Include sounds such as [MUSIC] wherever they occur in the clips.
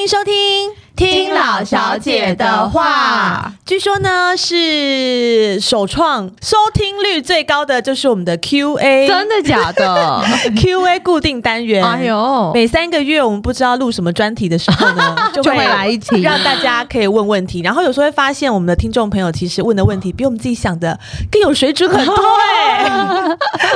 迎收听《听老小姐的话》。据说呢是首创收听率最高的，就是我们的 Q&A， [LAUGHS] 真的假的？ Q&A 固定单元。哎呦，每三个月，我们不知道录什么专题的时候 [LAUGHS] 呢，就会就会来一题让大家可以问问题。然后有时候会发现，我们的听众朋友其实问的问题比我们自己想的更有水准很多、 [LAUGHS] 哎，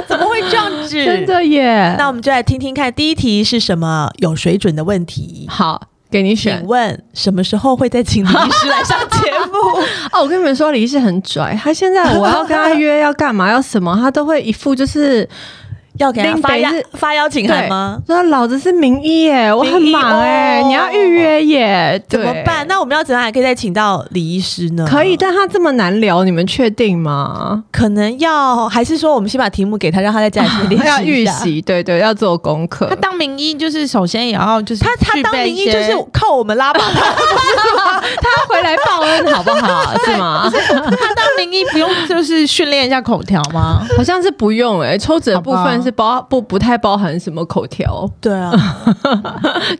怎么会这样子？真的耶！那我们就来听听看，第一题是什么有水准的问题？好，给你选请问什么时候会再请李医师来上节目？哦。我跟你们说，李医师很拽，他现在我要跟他约要干嘛要什么，他都会一副就是 [LAUGHS] 要给他林发北邀是发邀请函对吗？说老子是名医耶，我很名医忙哎，哦你要预约耶，怎么对办？？那我们要怎么样还可以再请到李医师呢？可以，但他这么难聊，你们确定吗？可能要还是说我们先把题目给他，让他在家里 [LAUGHS] 先练习一下要预。习，对对，要做功课 [LAUGHS] 他。当名医就是首先也要就是他他具当备名一医就 [LAUGHS] 些是靠我们拉帮他，他回来报恩好不好？ [LAUGHS] 是吗？他当名医不用就是训练一下口条吗？好像是不用哎、抽脂的部好吧分是包不不太包含什么口条，对 [LAUGHS] 啊。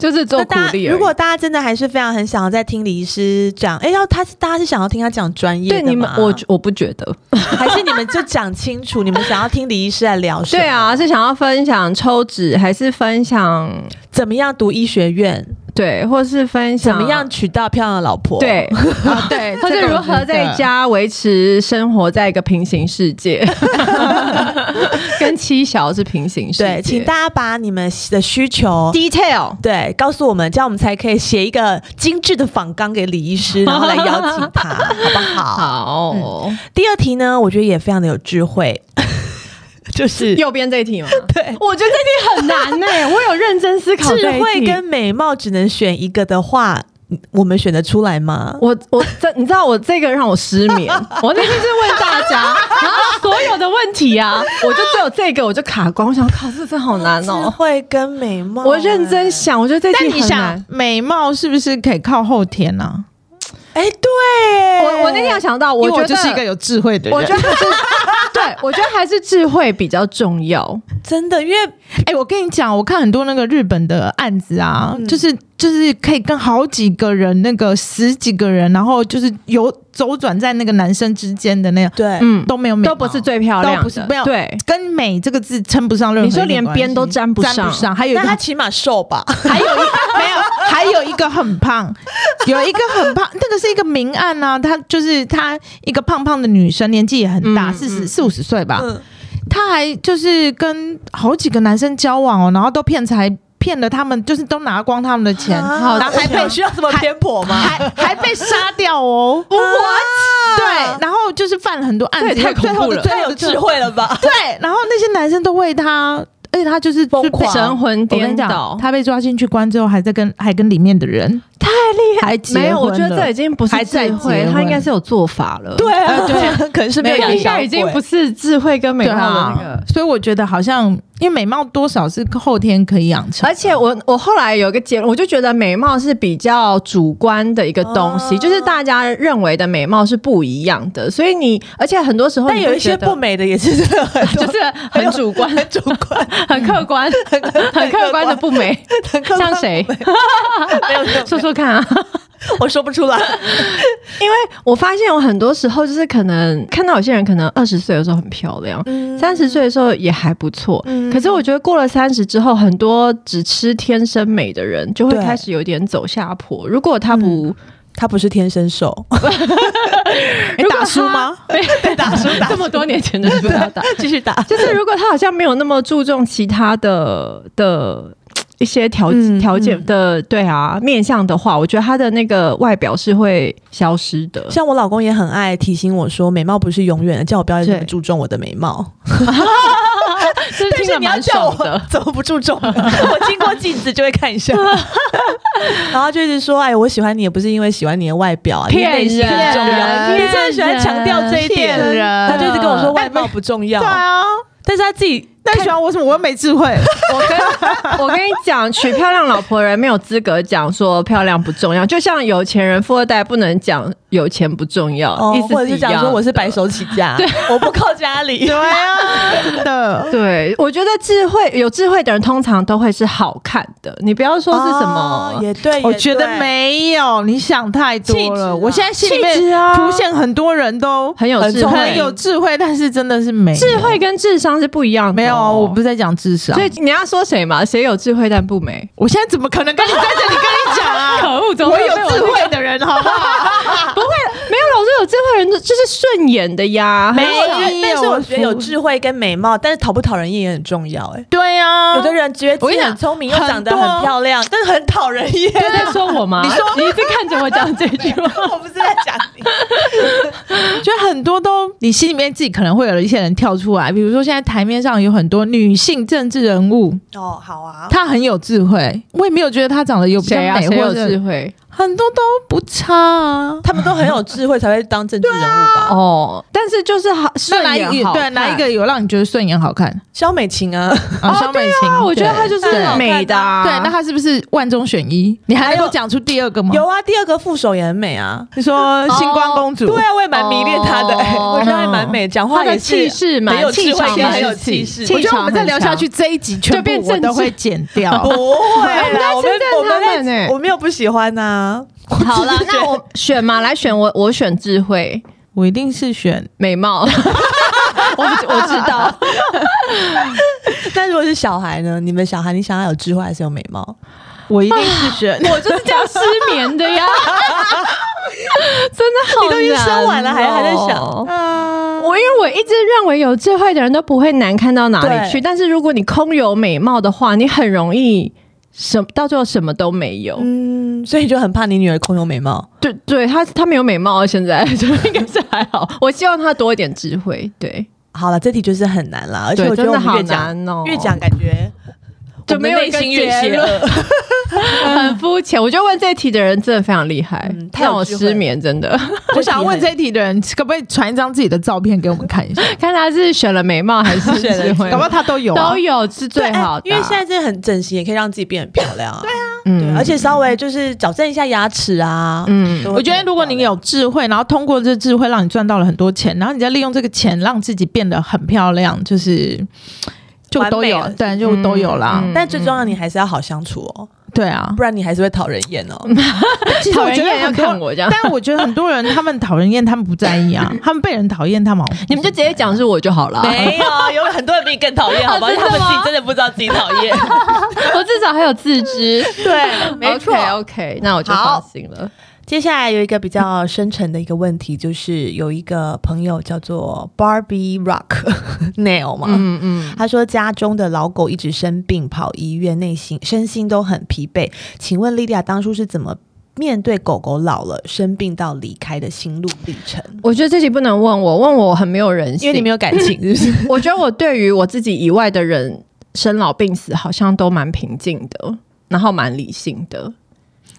就是做那鼓大励家而已。如果大家真的还是非常很想要再听李医师讲，哎，要他是大家是想要听他讲专业的对你们吗，我我不觉得。 [LAUGHS] 还是你们就讲清楚，你们想要听李医师来聊什么？对啊，是想要分享抽脂，还是分享怎么样读医学院？对，或是分怎享么样？娶到漂亮的老婆？ [LAUGHS] 对，啊，对， [LAUGHS] 或这是个如我觉何得在家维持生活在一个平行世 [LAUGHS] 界，跟七小是平行世界。对，请大家把你们的需求。 detail 对，告诉我们，这样我们才可以写一个精致的访纲给李医 [LAUGHS] 师，然后来邀请 [LAUGHS] 他，好不好？嗯好。第二题呢，我觉得也非常的有智慧， [LAUGHS] 就是右边这一题吗？ [LAUGHS] 对 [LAUGHS] 我觉得这题很难呢、我有认真思考智这一慧题跟美貌只能选一个的话，嗯我们选得出来吗？我我这你知道我这个让我失眠，我那天是问大家，然后所有的问题啊，我就只有这个我就卡关，我想靠，这真好难智哦。慧跟美貌，我认真想，我觉得这但题你很想难。美貌是不是可以靠后天呢、哎，哎对，我我那天有想到，因为觉我得就是一个，有智慧的人。我觉得还是对，我觉得还是智慧比较重要。真的，因为哎、我跟你讲，我看很多那个日本的案子啊，嗯就是就是可以跟好几个人，那个十几个人，然后就是游周转在那个男生之间的那样，对，嗯，都没有美都貌不是最漂亮的，都不是没有对。跟美这个字称不上任何你一点说关系，连边都沾不沾上不上，还有一那个他起码瘦吧？还有一没有，还有一个 [LAUGHS] 很胖，有一个很胖，那个是一个明暗啊，她就是她一个胖胖的女生，年纪也很大，嗯四嗯十四五十岁吧，嗯， [LAUGHS] 她还就是跟好几个男生交往哦，然后都骗财骗了他们，就是都拿光他们的钱，啊然后还有被需要这么偏颇 [LAUGHS] 吗？还还被杀掉哦， [LAUGHS] 哇，对，然后就是犯了很多案这子，也太恐最后怖的了最太后有的智慧了吧？对，然后那些男生都为她。而且她就是疯就被狂神魂我跟颠你倒讲，，他被抓进去关之后，还在跟还跟里面的人太厉还结没有，我婚觉得了这已经不是还在智慧结，婚他应该是有做法了。对啊，呃 [LAUGHS] 对，可能是没有这养应小该鬼已经不是智慧跟美对貌的那啊个。，所以我觉得好像因为美貌多少是后天可以养成，而且我我后来有一个结论，我就觉得美貌是比较主观的一个东西，哦就是大家认为的美貌是不一样的，所以你而且很多时候但你有会一些觉得不美的也是真的很多 [LAUGHS] 就是很主观、很主观，很 [LAUGHS] 客观、很客观的不美，很客观像谁？没有没有，说说看啊。 [LAUGHS] 我说不出来。因为我发现我很多时候就是可能看到有些人可能二十岁的时候很漂亮，嗯三十岁的时候也还不错，可是我觉得过了三十之后，很多只吃天生美的人就会对开始有点走下坡。如果他不，他不是天生瘦，哎嗯如果打输吗？被打输 [LAUGHS] 他？这么多年前的时候要打， [LAUGHS] 继续打，就是如果他好像没有那么注重其他的的。一些条嗯条件的、对啊面向的话，我觉得他的那个外表是会消失的。像我老公也很爱提醒我说，美貌不是永远的，叫我不要这么对注重我的美貌。这但听是得你要蛮叫爽我的。 [LAUGHS] 怎么不注重？我经过镜子就会看一下， [LAUGHS] 然后就是说，哎，我喜欢你也不是因为喜欢你的外表啊，因为骗内心很人重要。骗你真的喜欢强调这一点骗，人他就一直跟我说外貌不重要对，啊，但是他自己那你喜欢我什么？我又没智 [LAUGHS] 慧，我跟 [LAUGHS] 我跟你讲，娶漂亮老婆的人没有资格讲说漂亮不重要，就像有钱人富二代不能讲有钱不重要，哦意，思或者是是一样讲说我是的 [LAUGHS] 白手起家，我不靠家里。对啊，真的。对，我觉得智慧有智慧的人通常都会是好看的，你不要说是什么。哦也对，我也觉得对。没有，你想太气多质啊了。我现在心里气质面啊浮现很多人都很有智慧很有智慧，但是真的是没有智慧跟智商是不一样的、哦没有啊，我不。是在讲智商所。以你要说谁嘛？谁有智慧但不美？我现在怎么可能跟你在这里跟你讲啊？恶，怎么 [LAUGHS] 我会有被智慧的人，好不好？不会，没有老师有智慧的人就是顺眼的呀。没但是我觉得但是有我觉得有服智慧跟美貌，但是讨不讨人厌也很重要、哎、 [LAUGHS] 对啊，有的人觉得我自己跟你讲很聪明，又很长得多很漂亮，但是很讨人厌。 [LAUGHS] 有在说我吗？你说你一直看着我讲这句话。我不是在讲你，觉得很多都你心里面自己可能会有一些人跳出来，比如说现在台面上有很多女性政治人物， [LAUGHS] 哦，好啊，她很有智慧，我也没有觉得她长得有比较谁啊？美谁有或智者慧？很多都不差啊。他们都很有智慧才会当政治人物吧？哦，但是就是好那顺哪一眼个好对看哪一个有让你觉得顺眼好看？肖美琴啊，啊，哦肖美琴，啊？我觉得她就是对对美的啊。对，那她是不是万中选一？你还能够讲出第二个吗？有，啊，第二个副手也很美啊。你说星光公主，对啊，我也蛮迷恋她的、哦哎我觉得还蛮美，讲话她的也是气势蛮很有智气慧场，也蛮很有有气气势。气我觉得我们再气场很聊下去这一集，全就部变我政都治会剪掉 [LAUGHS] 不。会啦， [LAUGHS] 我我们们在称赞我他们们在欸我们又不喜欢呐、 [LAUGHS] 好了，那我选嘛，来选我，我选智慧我一定是选 [LAUGHS] 美貌。我我知道， [LAUGHS] 但如果是小孩呢？你们小孩，你想要有智慧还是有美貌？我一定是选， [LAUGHS] [LAUGHS] 我就是这样失眠 [LAUGHS] 的呀，真的你好难、哦。都已经生完了还还在想啊，我因为我一直认为有智慧的人都不会难看到哪里对去，但是如果你空有美貌的话，你很容易什到最后什么都没有。嗯，所以你就很怕你女儿空有美貌。对对，他他没有美貌，现在 [LAUGHS] 就应该是还好。我希望他多一点智慧。对，好了，这题就是很难啦，而且对我觉得真的我们越好讲、难哦越讲感觉就我们没有内一个心越结邪 [LAUGHS] 恶。很肤浅。我觉得问这题的人真的非常厉害，嗯太有让我智慧了失眠，真的。我想要问这一题的人，可不可以传一张自己的照片给我们看一下？看他是 [LAUGHS] 选了美貌还是选了智慧， [LAUGHS] 搞不好他都有啊都有是对最好的啊。因为现在真的很整形，也可以让自己变很漂 [LAUGHS] 亮啊。对啊，嗯而且稍微就是矫正一下牙齿啊。嗯都会我觉得如果你有智慧，然后通过这智慧让你赚到了很多钱，然后你再利用这个钱让自己变得很漂亮，就是就都有完美，了对，就都有变啦。漂亮，但嗯最重要你还是要好相处哦，对啊，不然你还是会讨人厌哦。其实讨我人觉得厌要很多看，我这样。 [LAUGHS] 但我觉得很多人他们讨人厌，他们不在意啊，他们被人讨厌，他们 [LAUGHS] 好像你们就直接讲是我就好了啊，啊没有，有很多人比你更讨厌， [LAUGHS] 好吧？因真为他的们自己吗真的不知道自己讨 [LAUGHS] 厌。我至少还有自 [LAUGHS] 知。对，没错。 OK，, o k 那我就好放心了。接下来有一个比较深沉的一个问题，就是有一个朋友叫做 Barbie Rock [LAUGHS] Nail 嘛，嗯嗯，他说家中的老狗一直生病，跑医院，内心身心都很疲惫。请问莉莉亚当初是怎么面对狗狗老了生病到离开的心路历程？我觉得这题不能问我，问我很没有人性，因为你没有感情，是不是？我觉得我对于我自己以外的人生老病死，好像都蛮平静的，然后蛮理性的。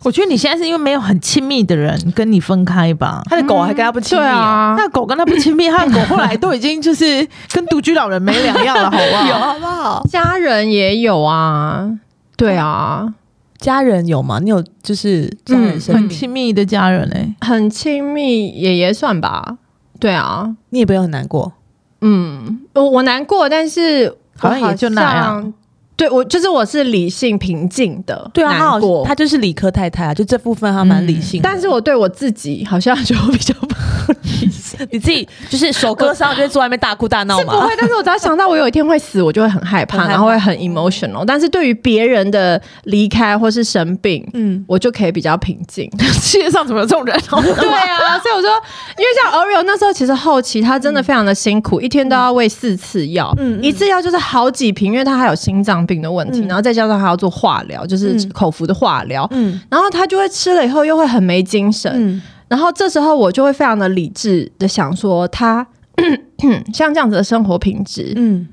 我觉得你现在是因为没有很亲密的人跟你分开吧。 [LAUGHS] 他的狗还跟他不亲密、啊，那狗跟他不亲密，他的狗后来都已经就是跟独居老人没两 [LAUGHS] 样了，好不嗯啊有好？好不好？家人也有啊，对啊，家人有吗？你有就是家人生很病，亲密的家人哎、很亲密，也也算吧。对啊，你也不用很难过。嗯，我我难过，但是我好像也就那样像。对我就是我是理性平静的，对啊，他难好，过，他就是理科太太啊，就这部分他蛮理性的、但是我对我自己好像 [LAUGHS] 就比较不你自己就是手割伤，就会坐外面大哭大闹是不嘛会，。但是我只要想到我有一天会死，我就会很害怕，很害怕嗯然后会很 emotional。但是对于别人的离开或是生病，嗯，我就可以比较平 [LAUGHS] 静。嗯世界上怎么有这种人？对啊，所以我说，因为像 Oreo 那时候其实后期他真的非常的辛苦，一天都要喂四次药，嗯嗯一次药就是好几瓶，因为他还有心脏病的问题，嗯然后再加上还要做化疗，就是口服的化疗，嗯然后他就会吃了以后又会很没精神，嗯，然后这时候我就会非常的理智的想说他。 [CLEARS THROAT] 像这样子的生活品质嗯，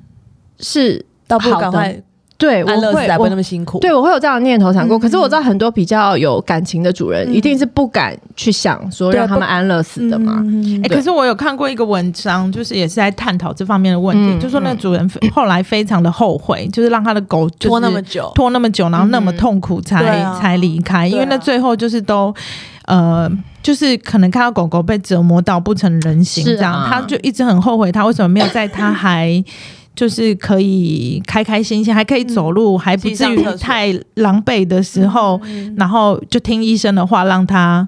是倒不如好的赶快对，我安乐死，啊会才不会嗯那我么辛苦。对我会有这样的念头想过，可是我知道很多比较有感情的主人，一定是不敢去想说嗯对啊让他们安乐死的嘛。嗯哎、对可是我有看过一个文章，就是也是在探讨这方面的问题，嗯就说那个主人非后来非常的后悔，就是让他的狗哎就是拖那么久，拖那么久，然后那么痛苦才、对啊才离开，因为对那啊最后就是都呃，就是可能看到狗狗被折磨到不成人形是啊这样，他就一直很后悔，他为什么没有在他还。就是可以开开心心，还可以走嗯路，还不至于上厕所太狼狈的时嗯候，然后就听医生的话，让他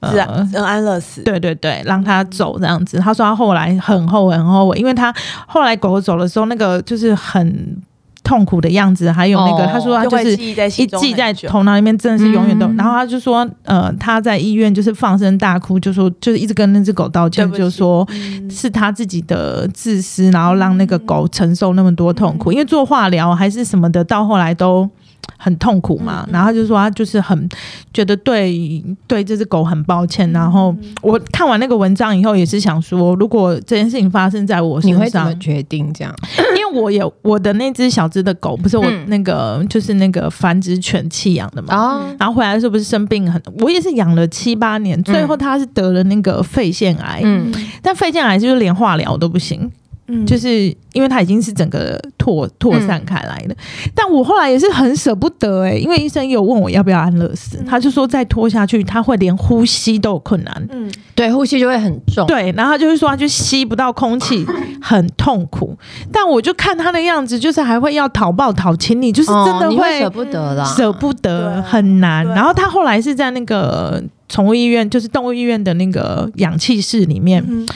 呃自然、嗯、安乐死。对对对，让他走这样子。他说他后来很后悔，很后悔，因为他后来狗狗走的时候，那个就是很痛苦的样子，还有那个、哦他说他就啊就会是记忆在心一中记很在久头脑里面，真的是永远都。嗯然后他就说，呃，他在医院就是放声大哭，就说就是一直跟那只狗道对歉，不起就说嗯是他自己的自私，然后让那个狗承受那么多痛嗯苦，因为做化疗还是什么的，到后来都。很痛苦嘛，嗯然后他就说他就是很觉得对对这只狗很抱嗯歉，然后我看完那个文章以后也是想说，如果这件事情发生在我你身会怎么上，决定这样？因为我也我的那只小只的狗不是我嗯那个、就是那个繁殖犬弃养的嘛，哦，然后回来的时候不是生病很，我也是养了七八年，最后他是得了那个肺腺癌，嗯，但肺腺癌就是连化疗都不行，嗯就是因为它已经是整个嗯拓拓散开来的。但我后来也是很舍不得哎、因为医生有问我要不要安乐嗯死，他就说再拖下去他会连呼吸都有困难。嗯对，呼吸就会很重。对，然后他就是说他就吸不到空 [LAUGHS] 气，很痛苦。但我就看他的样子，就是还会要讨抱讨亲你，就是真哦的你会舍不得啊啦。舍不得，对啊很难。对然后他后来是在那个宠物医院，就是动物医院的那个氧气室里面，嗯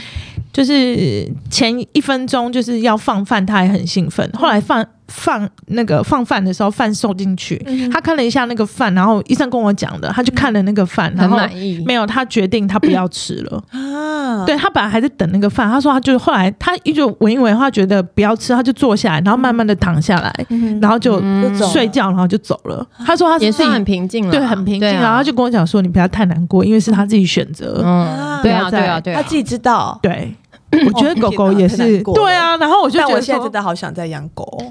就是前一分钟就是要放饭，他还很兴奋。嗯后来放放那个放饭的时候，饭送进去，嗯他看了一下那个饭，然后医生跟我讲的，他就看了那个饭，然嗯很后满意，没有，他决定他不要吃了。啊，对他本来还在等那个饭，他说他就是后来他一直闻一闻，他觉得不要吃，他就坐下来，然后慢慢的躺下来，嗯，然后就就走了睡觉，然后就走了。他说他也是自算己很平静了，对，很平静。对啊然后他就跟我讲说，你不要太难过，因为是他自己选择。嗯，不对要啊，对再啊，对他啊自。己知道。对，我觉得狗狗天哪也太是难过了对啊。然后我就但觉我得现在说真。的好想再养狗哦，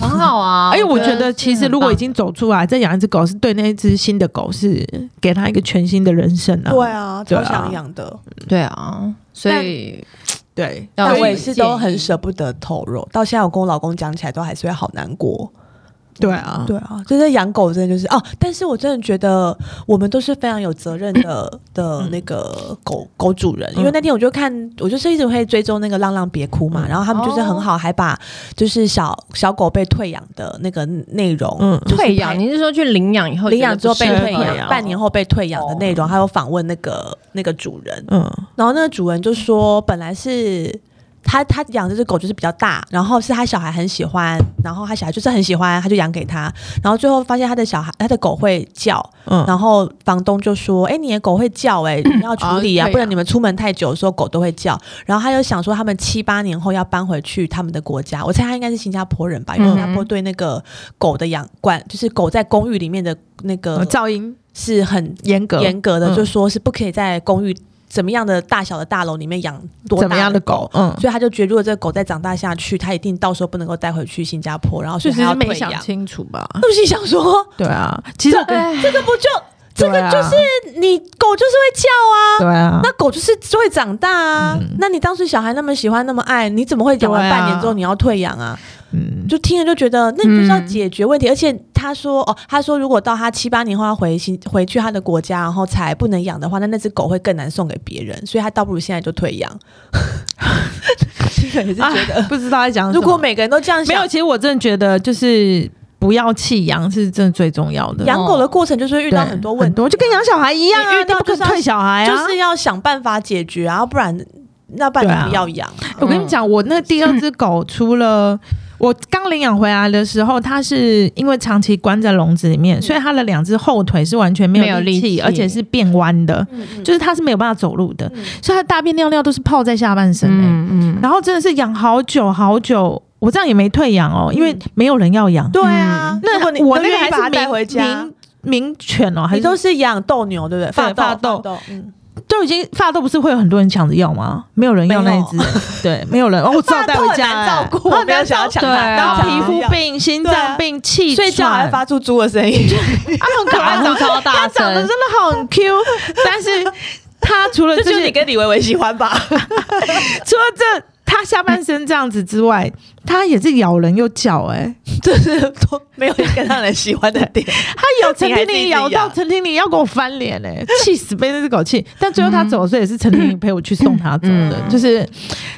很好啊。 [LAUGHS] 哎，我觉觉得其实如果已经走出来，再养一只狗，是对那一只新的狗是给它一个全新的人生啊。对啊，对超啊想养的，对啊，所以对，要但有我一也个是建都很议舍不得投入，到现在我跟我老公讲起来都还是会好难过。对啊，对啊，就是养狗真的就是哦，但是我真的觉得我们都是非常有责任 [LAUGHS] 的的那个嗯狗狗主人，因为那天我就看，我就是一直会追踪那个浪浪别哭嗯嘛，然后他们就是很好，还把就是小小狗被退养的那个内容，嗯就是退养，拍你是说去领养以后领养之后被觉得啊哦不退适合啊养，养半年后被退养的内容，还有访问那个那个主人，嗯，然后那个主人就说，本来是他他养这只狗就是比较大，然后是他小孩很喜欢，然后他小孩就是很喜欢，他就养给他，然后最后发现他的小孩他的狗会叫，嗯然后房东就说：“哎、你的狗会叫、 [COUGHS] 诶，哎，你要处理啊，哦对啊不然你们出门太久的时候狗都会叫。”然后他又想说，他们七八年后要搬回去他们的国家，我猜他应该是新加坡人嗯吧，因为新加坡对那个狗的养管，就是狗在公寓里面的那个哦呃噪音是很严格，严格的，嗯就说是不可以在公寓怎么样的大小的大楼里面养多怎么大样的狗狗？。嗯，所以他就觉得，如果这个狗再长大下去，他一定到时候不能够带回去新加坡，然后所以确他实是要没退想养。清楚吧？是不是想说，对啊，其实我跟哎这个不就这个对啊就是你狗就是会叫啊，对啊，那狗就是会长大啊。那你当时小孩那么喜欢那么爱，你怎么会养完对啊半年之后你要退养啊？嗯，就听了就觉得，那你就是要解决问题。而且他说，哦，他说如果到他七八年后要回新回去他的国家，然后才不能养的话，那那只狗会更难送给别人，所以他倒不如现在就退 [LAUGHS] 养。这个也是觉得，啊不知道在讲什么。如果每个人都这样没想有，。其实我真的觉得就是不要弃养是真的最重要的。养狗的过程就是会遇遇到很多问题啊，就跟养小孩一样啊，你遇到你不可就是要退小孩啊。就是要想办法解决啊，不然那不然对啊你不要养啊、我跟你讲，我那第二只狗除了。我刚领养回来的时候，它是因为长期关在笼子里面，嗯所以它的两只后腿是完全没没有有力力气气，而且是变弯的，嗯就是它是没有办法走路的，所以它大便尿尿都是泡在下半身、欸。嗯嗯，[LAUGHS] 然后真的是养好久好久，我这样也没退养哦，因为没有人要养。嗯对啊，嗯那如果你我都那个愿还意把它是带回家名，名犬哦，还你是都是养斗牛对不对？发豆，发豆嗯，都已经发豆不是会有很多人抢着要吗？没有人要那一只，对，没有人，哦， [LAUGHS] 哎我只好带回家、发欸。豆很难照顾，哦我没有想要抢它，对啊然然后后皮皮肤肤病、心脏病、气睡觉还 [LAUGHS] 喘，发出猪的声音，啊，很可爱，打呼超大它 [LAUGHS] 长得声真，的 [LAUGHS] 很 Q，但是它除了这 [LAUGHS] 这就是些你，跟李维维喜欢吧？除了这它下半身这样子之外，它也是咬人又叫、哎，这是都没有一个让人喜欢的点。它咬陈你还自婷己婷咬咬到陈婷婷要跟我翻脸、哎，气死，被那只狗气。但最后它走的时候也是陈婷婷陪我去送它走的，嗯就是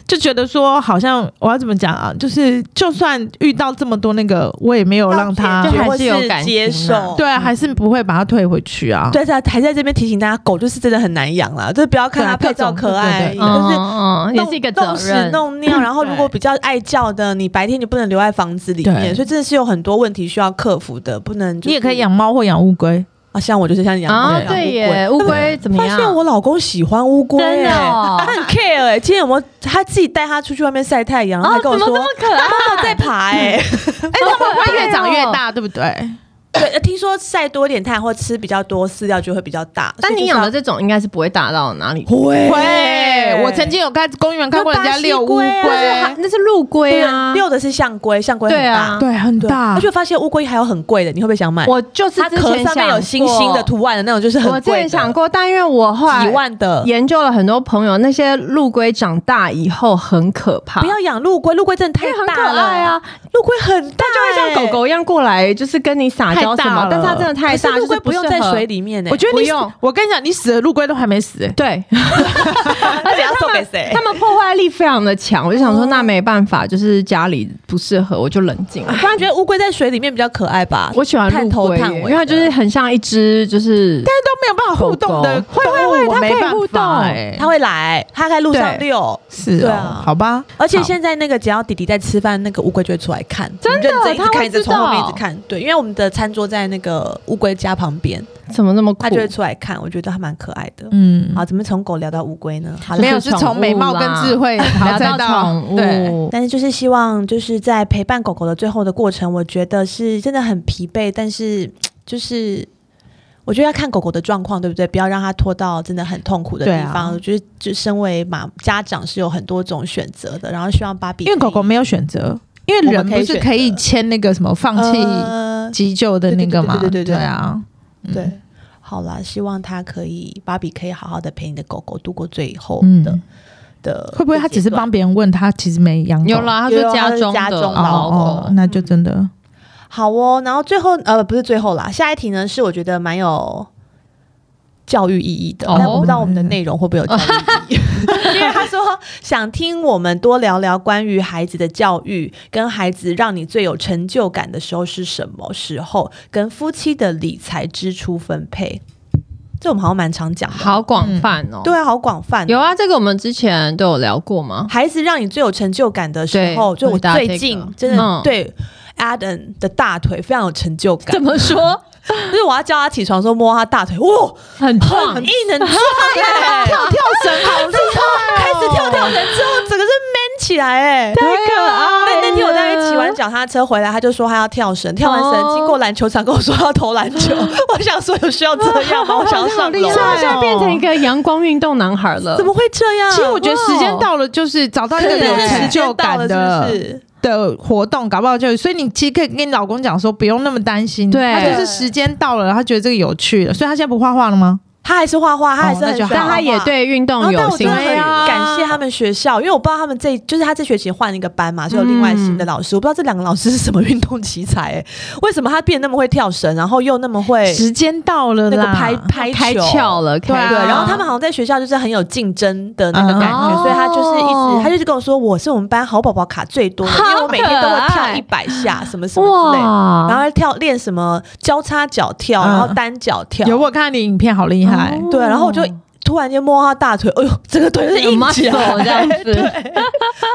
就觉得说，好像我要怎么讲啊？就是就算遇到这么多那个， [LAUGHS] 我也没有让 [LAUGHS] 它就，还或是有感接情啊受，对啊，还是不会把它退回去啊。对啊，还在这边提醒大家，狗就是真的很难养啦，就是不要看它对啊拍照各种可爱，对对对就嗯是嗯，嗯也是一个责弄屎任。弄尿，然后对如果比较爱叫的，你白天你不能留在房子里面，对所以真的是有很多问题需要克服的，不能、就是。你也可以养猫或养乌龟，啊，像我就是像养啊，猫对耶，乌龟怎么发样？现我老公喜欢乌龟、真的欸哦他很 care 哎、今天有没有他自己带他出去外面晒太阳，然后啊，他怎跟我么说这么可 [LAUGHS] 爱？他在爬 [LAUGHS] 哎、哎，它们 [LAUGHS] 会越长越好可大，对不对？对，听说晒多一点太阳或吃比较多饲料就会比较大，但你所以就是要养的这种应该是不会大到哪里。会会，哎我曾经有看公园看过人家遛乌龟，那巴西龟啊那是陆龟对啊，遛的是象龟，象龟很对啊大，对，很对大而。且我发现乌龟还有很贵的，你会不会想买？我就是它之壳前上面想有星星的过，图案的那种，就是很我之贵的前想过，但因为我后来几万的。研究了很多朋友，那些陆龟长大以后很可怕，不要养陆龟，陆龟真的因太为很可大了爱！啊，陆龟很大、欸它会像狗狗一样过来，就是跟你撒娇什太大么了，但它真的太哎，可是大，就陆龟是不用适在合水。里面欸呢、我觉得你不用死，我跟你讲，你死了，陆龟都还没死。哎对， [LAUGHS] 而且要送给谁 [LAUGHS] 他？们破坏力非常的强，我就想说那没办法，就是家里不适合，我就冷静了。突然觉得乌龟在水里面比较可爱吧？我喜欢哦探陆头龟耶，探尾因为它的就是很像一只，就是但是都没有办法哦互动的狗动物，哦会会我它可以没办法互动哎它会来，它在路上对遛，是对哦啊，好吧。而且好现在那个只要弟弟在吃饭，那个乌龟就会出来看，真的很认真一直它会看，一直知从后面一道直看。对，因为我们的餐桌在那个乌龟家旁边，怎么那么酷它就？会出来看，我觉得还蛮可爱的。嗯，好，怎么从狗聊到乌龟呢？好了没有是从美貌跟 [LAUGHS] 智慧，然后聊再到到宠对，物，但是就是希望就是在陪伴狗狗的最后的过程，我觉得是真的很疲惫，但是就是。我觉得要看狗狗的状况，对不对？不要让它拖到真的很痛苦的对地啊方。我觉得，就身为妈家长是有很多种选择的。然后希望芭比可以，因为狗狗没有选择，因为我人们可以不是选可以择签那个什么放弃呃急救的那个嘛？对对对对对对啊，嗯对，好啦，希望它可以，芭比可以好好的陪你的狗狗度过最后的、嗯，的。会不会他只是帮别人问他其实没养狗？有啦，他说家中有啊它是家的中哦的老哦狗，，那就真的好哦，然后最后呃不是最后啦，下一题呢是我觉得蛮有教育意义的，哦但我不知道我们的内容会不会有教育 [LAUGHS] 意义，因为他说想听我们多聊聊关于孩子的教育，跟孩子让你最有成就感的时候是什么时候，跟夫妻的理财支出分配，这我们好像蛮常讲的，好广泛哦。对啊，好广泛哦、有啊，这个我们之前都有聊过吗？孩子让你最有成就感的时候，对就我回答最这个近真的、嗯对 Adam 的大腿非常有成就感怎，么说？就是我要叫他起床的时候摸他大腿，哇，很很痛硬，很壮耶！跳跳绳好厉害，哦开始跳跳绳之后，整个是 man 起来哎。可那那天我在骑完脚踏车回来，他就说他要跳绳，跳完绳哦经过篮球场跟我说要投篮 [LAUGHS] 球。我想说有需要这样吗？我想要上好厉楼害，他现在变成一个阳光运动男孩了怎。么会这样？其实我觉得时间到了，就是找到一个可有能是成时就间到感了，是的不是？的活动，搞不好就所以你其实可以跟你老公讲说，不用那么担心，对他就是时间到了，他觉得这个有趣了，所以他现在不画画了吗？他还是画画，他还是哦那很喜就欢好画画，但他也对运然后哦动但哦有我真兴的趣很啊感谢他们学校，因为我不知道他们这就是他这学期换了一个班嘛，所以有另外新的老师，我不知道这两个老师是什么运动奇才、欸，嗯为什么他变得那么会跳绳，然后又那么会时间到了哎那啦，个拍拍开球窍。了，对开啊对，窍然后他们好像在学校就是很有竞争的那个感觉，嗯所以他就是一哦直，他就是跟我说我是我们班好宝宝卡最多的，因为我每天都会好可跳爱一百下什么什么之类的，哇，然后还跳练什么交叉脚跳，然后嗯单脚跳，有我看你影片好厉害，对，然后我就突然间摸他大腿，哎呦，整个腿是嗯有硬起 [LAUGHS] muscle 来，这样子，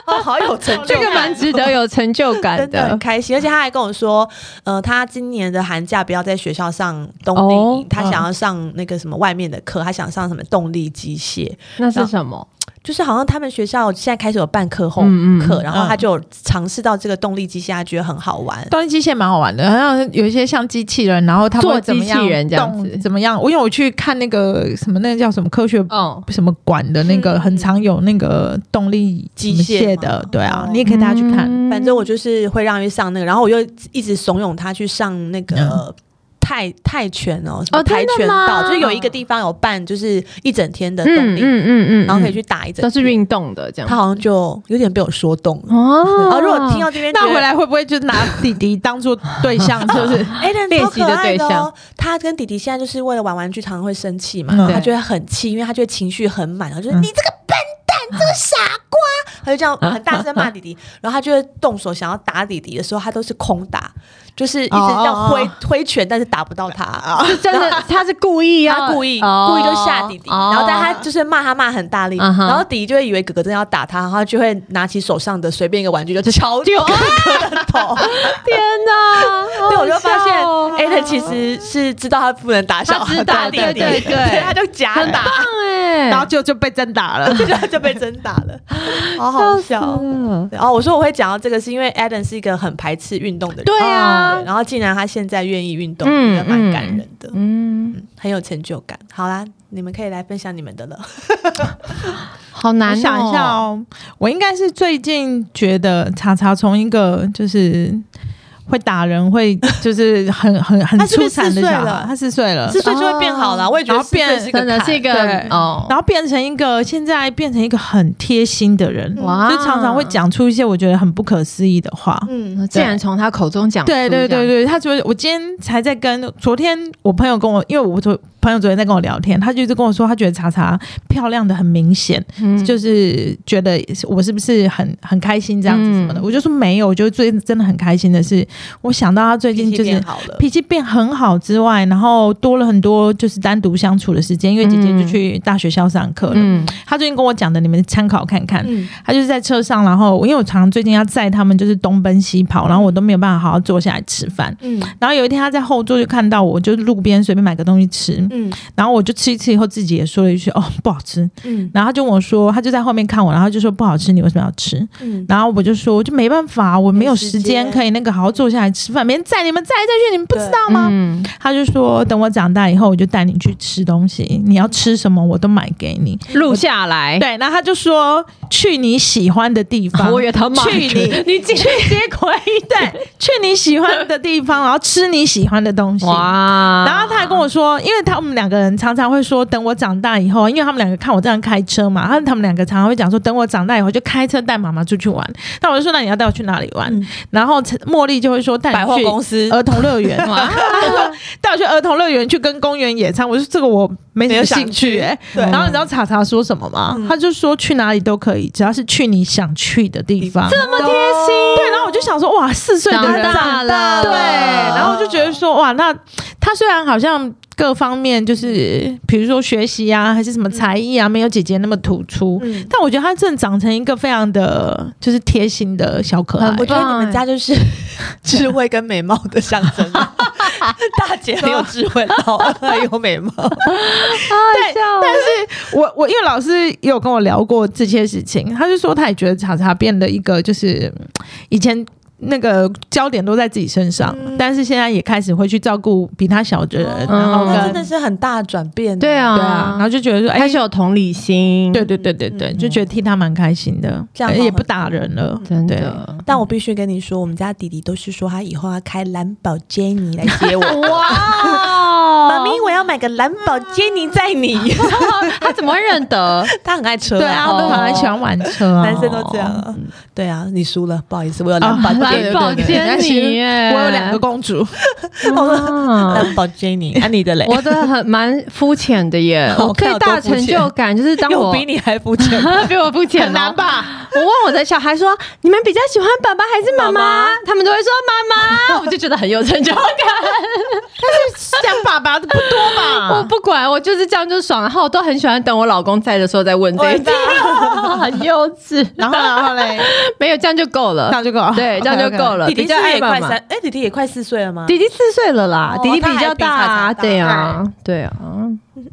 哦，好有成就 [LAUGHS] 这感，个蛮值得有成就感真的很的。开心，而且他还跟我说，呃，他今年的寒假不要在学校上冬令营，哦他想要上那个什么外面的课，他想上什么动力机械，那是什么？就是好像他们学校现在开始有办课后嗯嗯课，然后嗯他就有尝试到这个动力机械，他觉得很好玩。动力机械蛮好玩的，好像有一些像机器人，然后他们做会怎么机器样人这样动子怎么样？我因为我去看那个什么，那个叫什么科学哦，什么馆的那个，嗯很常有那个动力机什么械吗的，对啊哦，你也可以带他去看。嗯反正我就是会让他去上那个，然后我又一直怂恿他去上那个。泰泰拳哦，什么哦真跆的拳道，吗就是有一个地方有办，就是一整天的冬嗯令，嗯嗯嗯，然后可以去打一整天。都是运动的这样。他好像就有点被我说动了。哦然后如果听到这边那觉回得来会不会就拿弟弟当做对象？是不是？ Alan 练哎超习可的爱对的象哦，他跟弟弟现在就是为了玩玩具，常常会生气嘛，嗯然后他对就会很气，因为他就会情绪很满，然后就是、嗯你这个笨蛋，这个傻瓜，他就 [LAUGHS] 这样很大声骂弟弟，然后他就会动手想要打弟弟的时候，他都是空打，就是一直这哦哦样哦挥挥拳，但是打不到他。是哦真的，他是故意 [LAUGHS] 要他故意、哦故意就吓弟弟，哦然后但他就是骂他骂很大力，嗯哼然后弟弟就会以为哥哥真的要打他，然后他就会拿起手上的随便一个玩具就敲就掉哥哥的 [LAUGHS] 头。天 [LAUGHS] 哪！对，我就发现好好笑哦 a l 其实是知道他不能打小他知孩，道打弟弟，对对对他就假很棒打，哎，然后就就被真打了。就就被真打了，好好笑。对然后我说我会讲到这个，是因为 Adam 是一个很排斥运动的人，对啊对然后竟然他现在愿意运动，嗯觉得蛮感人的，嗯，嗯很有成就感。好啦，你们可以来分享你们的了。好难我哦想一下，哦，我应该是最近觉得查查从一个就是会打人，会就是很很 [LAUGHS] 很他是不出是产四的岁小了孩，他四岁了四。岁就会变好哦了，我也觉得然后四岁变是一个真的是一个对哦，然后变成一个，现在变成一个很贴心的人，哇就常常会讲出一些我觉得很不可思议的话。嗯，竟然从他口中讲出这对样，对对对，他昨我今天才在跟昨天我朋友跟我，因为我昨朋友昨天在跟我聊天，他就一直跟我说，他觉得查查漂亮的很明显，嗯，就是觉得我是不是很很开心这样子什么的，嗯我就说没有，我觉得最真的很开心的是，我想到他最最近近就就是变好了。脾气变很好之外，然后多了很多就是单独相处的时间，因为姐姐就去大学校上课了。嗯他最近跟我讲的，你们参考看看。嗯，他就是在车上，然后因为我常常最近要载他们，就是东奔西跑，然后我都没有办法好好坐下来吃饭。嗯然后有一天他在后座就看到我，就路边随便买个东西吃，嗯然后我就吃一吃以后，自己也说了一句：“哦，不好吃。”嗯然后他就问我说，他就在后面看我，然后就说不好吃，你为什么要吃？嗯，然后我就说，我就没办法，我没有没时时间间可以那个好好坐下来吃饭，别人载你们载来载去，你们不知道吗？嗯，他就说，等我长大以后，我就带你去吃东西，你要吃什么我都买给你。录下来，对，然后他就说去你喜欢的地方，啊我也他妈去你你接接轨，对，去你喜欢的地方，然后吃你喜欢的东西。啊哇然后他还跟我说，因为他们两个人常常会说，等我长大以后，因为他们两个看我这样开车嘛，然后他们两个常常会讲说，等我长大以后就开车带妈妈出去玩。那我就说，那你要带我去哪里玩？嗯然后茉莉就会说，带百你货去公司儿童乐园，哇，带我去儿童乐园去跟公园野餐。我说这个我没没什有么想兴趣、去欸。对然后你知道查查说什么吗？嗯他就说去哪里都可以，只要是去你想去的地方。这么贴心，对，然后我就想说，哇，四岁的人长大了对，然后我就觉得说，哇，那他虽然好像各方面就是，比如说学习啊，还是什么才艺啊，没有姐姐那么突出，嗯，但我觉得他真的长成一个非常的，就是贴心的小可爱嗯。我觉得你们哎家就是 [LAUGHS] 智慧跟美貌的象征。啊 [LAUGHS] 大姐很有智慧，老二很有美貌。对，但是我我因为老师也有跟我聊过这些事情，他就说他也觉得查查变得一个就是嗯以前。那个焦点都在自己身上，嗯但是现在也开始会去照顾比他小的人，然后嗯那真跟的是很大的转变。对，啊，对啊，然后就觉得说，哎、开始有同理心，对对对对对，嗯就觉得替他蛮开心的，这样好而也很嗯不打人了，真对的，但我必须跟你说，我们家弟弟都是说他以后要开兰博基尼来接我。 [LAUGHS] 哇妈咪，我要买个兰博基尼载你。 [LAUGHS] 他怎么会认得？他很爱车啊，对啊，哦都很喜欢玩车啊，男生都这样。啊。对啊，你输了，不好意思，我有兰啊博基尼哦蓝宝对对坚尼耶，我有两个公主， [LAUGHS] 哇兰博基尼。那你的嘞？我的很蛮肤浅的耶，我我最看有多大肤成浅就感就 [LAUGHS] 是当有我 [LAUGHS] 比你还肤浅。比我肤 [LAUGHS] 浅、哦，很难吧？我问我的小孩说：“你们比较喜欢爸爸还是妈妈？”他们都会说妈妈，我就觉得很有成就感。像爸爸的不多 [LAUGHS] 我吧？不管，我就是这样就爽。然后我都很喜欢等我老公在的时候再问这一题， [LAUGHS] 很幼稚。然后然后嘞，没有这样就够这 [LAUGHS] 了样，就够了，对，这样就够 OK，OK。了。弟弟是比较不是爱也爸快妈三，，哎，弟弟也快四岁了吗？弟弟四岁了啦，哦弟弟比他还较大啊，比查查大对啊，对啊。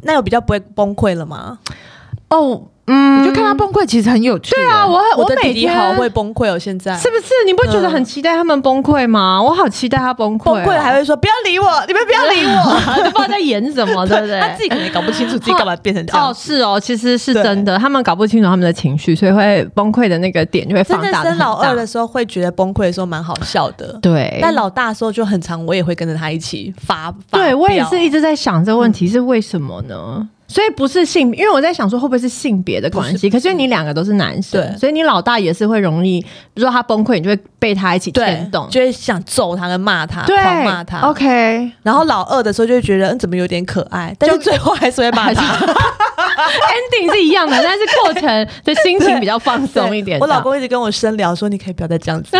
那有比较不会崩溃了吗？哦，我嗯，就看他崩溃，其实很有趣。对对啊，我很 [LAUGHS] 我的每弟弟天好会崩溃哦，现在是不是？你不觉得很期待他们崩溃吗？我好期待他崩溃、崩溃还。会说不要理我， [LAUGHS] 你们不要理我，都不知道在演什么，对不 [LAUGHS] [LAUGHS] 对？他自己可能也搞不清楚自己干嘛变成这样哦，子。是哦，其实是真的，他们搞不清楚他们的情绪，所以会崩溃的那个点就会真放的大得生很大。老二的时候会觉得崩溃的时候蛮好笑的，对，但老大的时候就很常，我也会跟着他一起发。发对我也是一直直在想这个问题是为什么呢？所以不是性，因为我在想说会不会是性别的关系？可是你两个都是男生，对所以你老大也是会容易，比如说他崩溃，你就会被他一起对牵动，，就会想揍他跟骂他，对，狂骂他。 OK，然后老二的时候就会觉得，嗯，怎么有点可爱，但是最后还是会骂他。 ending 是一样的，但是过程的心情比较放松一点。对我老，公一直跟我深聊说，你可以不要再这样子，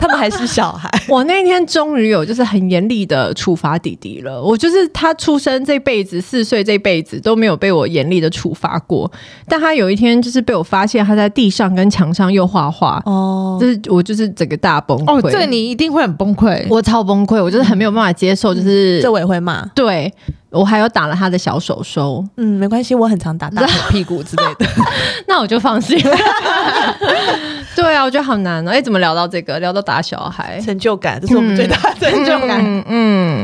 他们还是小孩。我那天终于有就是很严厉的处罚弟弟了。我就是他出生这辈子四岁这辈子都没有被我严厉的处罚过，但他有一天就是被我发现他在地上跟墙上又画画，哦，就是我就是整个大崩溃。哦，这个你一定会很崩溃。我超崩溃，我就是很没有办法接受，嗯就是、这我也会骂。对我还有打了他的小手手，嗯，没关系，我很常打大腿、屁股之类 [LAUGHS] 的。那我就放心。 [LAUGHS] 对啊，我觉得好难哦。哎、怎么聊到这个？聊到打小孩。成就感，这是我们最大的 [LAUGHS] 成就感。嗯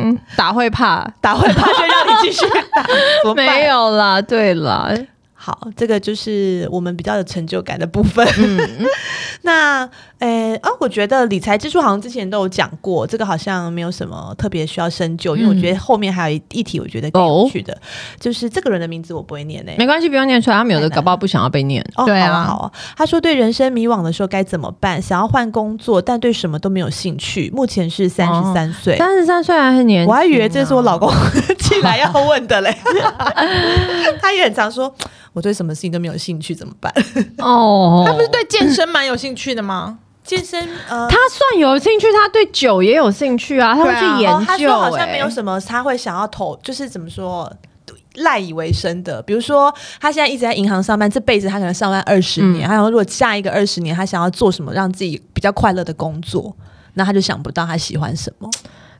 嗯，打会怕，打会怕就让你继续 [LAUGHS] 打，怎么办没。有啦，对啦，好，这个就是我们比较有成就感的部分。嗯 [LAUGHS] 那呃啊，我觉得理财支出好像之前都有讲过，这个好像没有什么特别需要深究，因为我嗯觉得后面还有一一题，我觉得挺有趣的，就是这个人的名字我不会念嘞、没关系，不用念出来。他们有的太难搞不好不想要被念。哦，对啊好好啊。他说对人生迷惘的时候该怎么办？想要换工作，但对什么都没有兴趣。目前是三十三岁，三十三岁还很年轻啊、我还以为这是我老公 [LAUGHS] 进来要问的 [LAUGHS] 嘞。他也很常说，我对什么事情都没有兴趣，怎么办？哦，他不是对健身蛮有兴趣的吗？健身呃，他算有兴趣，他对酒也有兴趣啊，他会对啊去研究、哦他说好像没有哎什么，他会想要投，就是怎么说？赖以为生的，比如说他现在一直在银行上班，这辈子他可能上班二十年，他想说如果下一个二十年，他想要做什么让自己比较快乐的工作，那他就想不到他喜欢什么。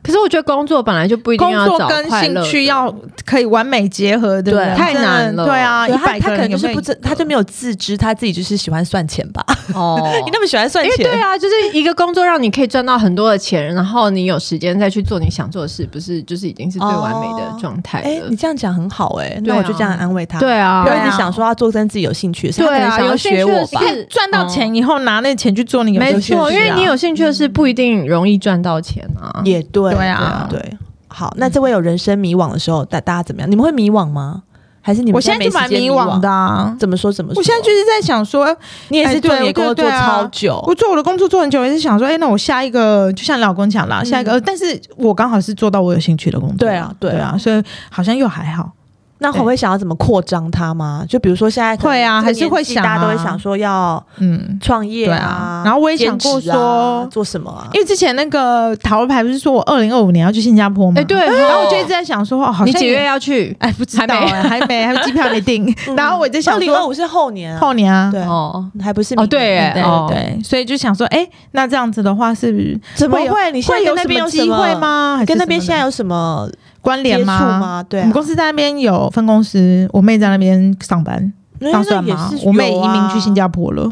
可是我觉得工作本来就不一定工要作找跟快乐兴的趣要可以完美结合，对不对对？太真的难了对啊，对一他百他个可能人就有是没有不知，他就没有自知他自己就是喜欢算钱吧？哦 [LAUGHS] [LAUGHS] 你那么喜欢算因为钱对，啊，就是一个工作让你可以赚到很多的钱，然后你有时间再去做你想做的事，不是就是已经是最完美的状态哎、了。你这样讲很好哎、对那啊我就这样安慰他。哦对啊不，要一直想说要做跟自己有兴趣的事，对啊他可能想要有兴趣学的我事吧情。看赚到钱以后拿那钱去做你有没兴趣的错，事因为啊你有兴趣的事不一定容易赚到钱啊。也对，对啊对。好，那这位有人生迷惘的时候，大大家怎么样？你们会迷惘吗？还是你们我现在没就时蛮间迷迷惘的？啊。怎么说？怎么说？我现在就是哦在想说，你也是做你的工作做哎对对对啊超久，我做我的工作做很久，也是想说，哎、那我下一个就像老公讲啦，下一个，呃但是我刚好是做到我有兴趣的工作，对啊对嗯对啊啊，所以好像又还好，那会不会想要怎么扩张它吗？就比如说现在可能会啊这个还是会年纪想大家都会啊想说要嗯。创业对啊啊。然后我也想过兼职啊说做什么啊？因为之前那个塔罗牌不是说我二零二五年要去新加坡吗？哎对哦然后我就一直在想说，哦，好你像几也月要去？哎，不知道、还没哎，还 [LAUGHS] 没，还没机票没订。然后我就嗯想二零二说，五是后年啊，后年啊，对，哦，还不是哦明对年耶对哦对，所以就想说，哎，那这样子的话，是不是怎么会有会？你现在会跟有那什边有么什机么会？吗？还是跟那什么边的现在有什么关接联触吗？吗？对我啊，们公司在那边有分公司，我妹在那边上班，嗯那当算也吗是？我妹有移民啊去新加坡了，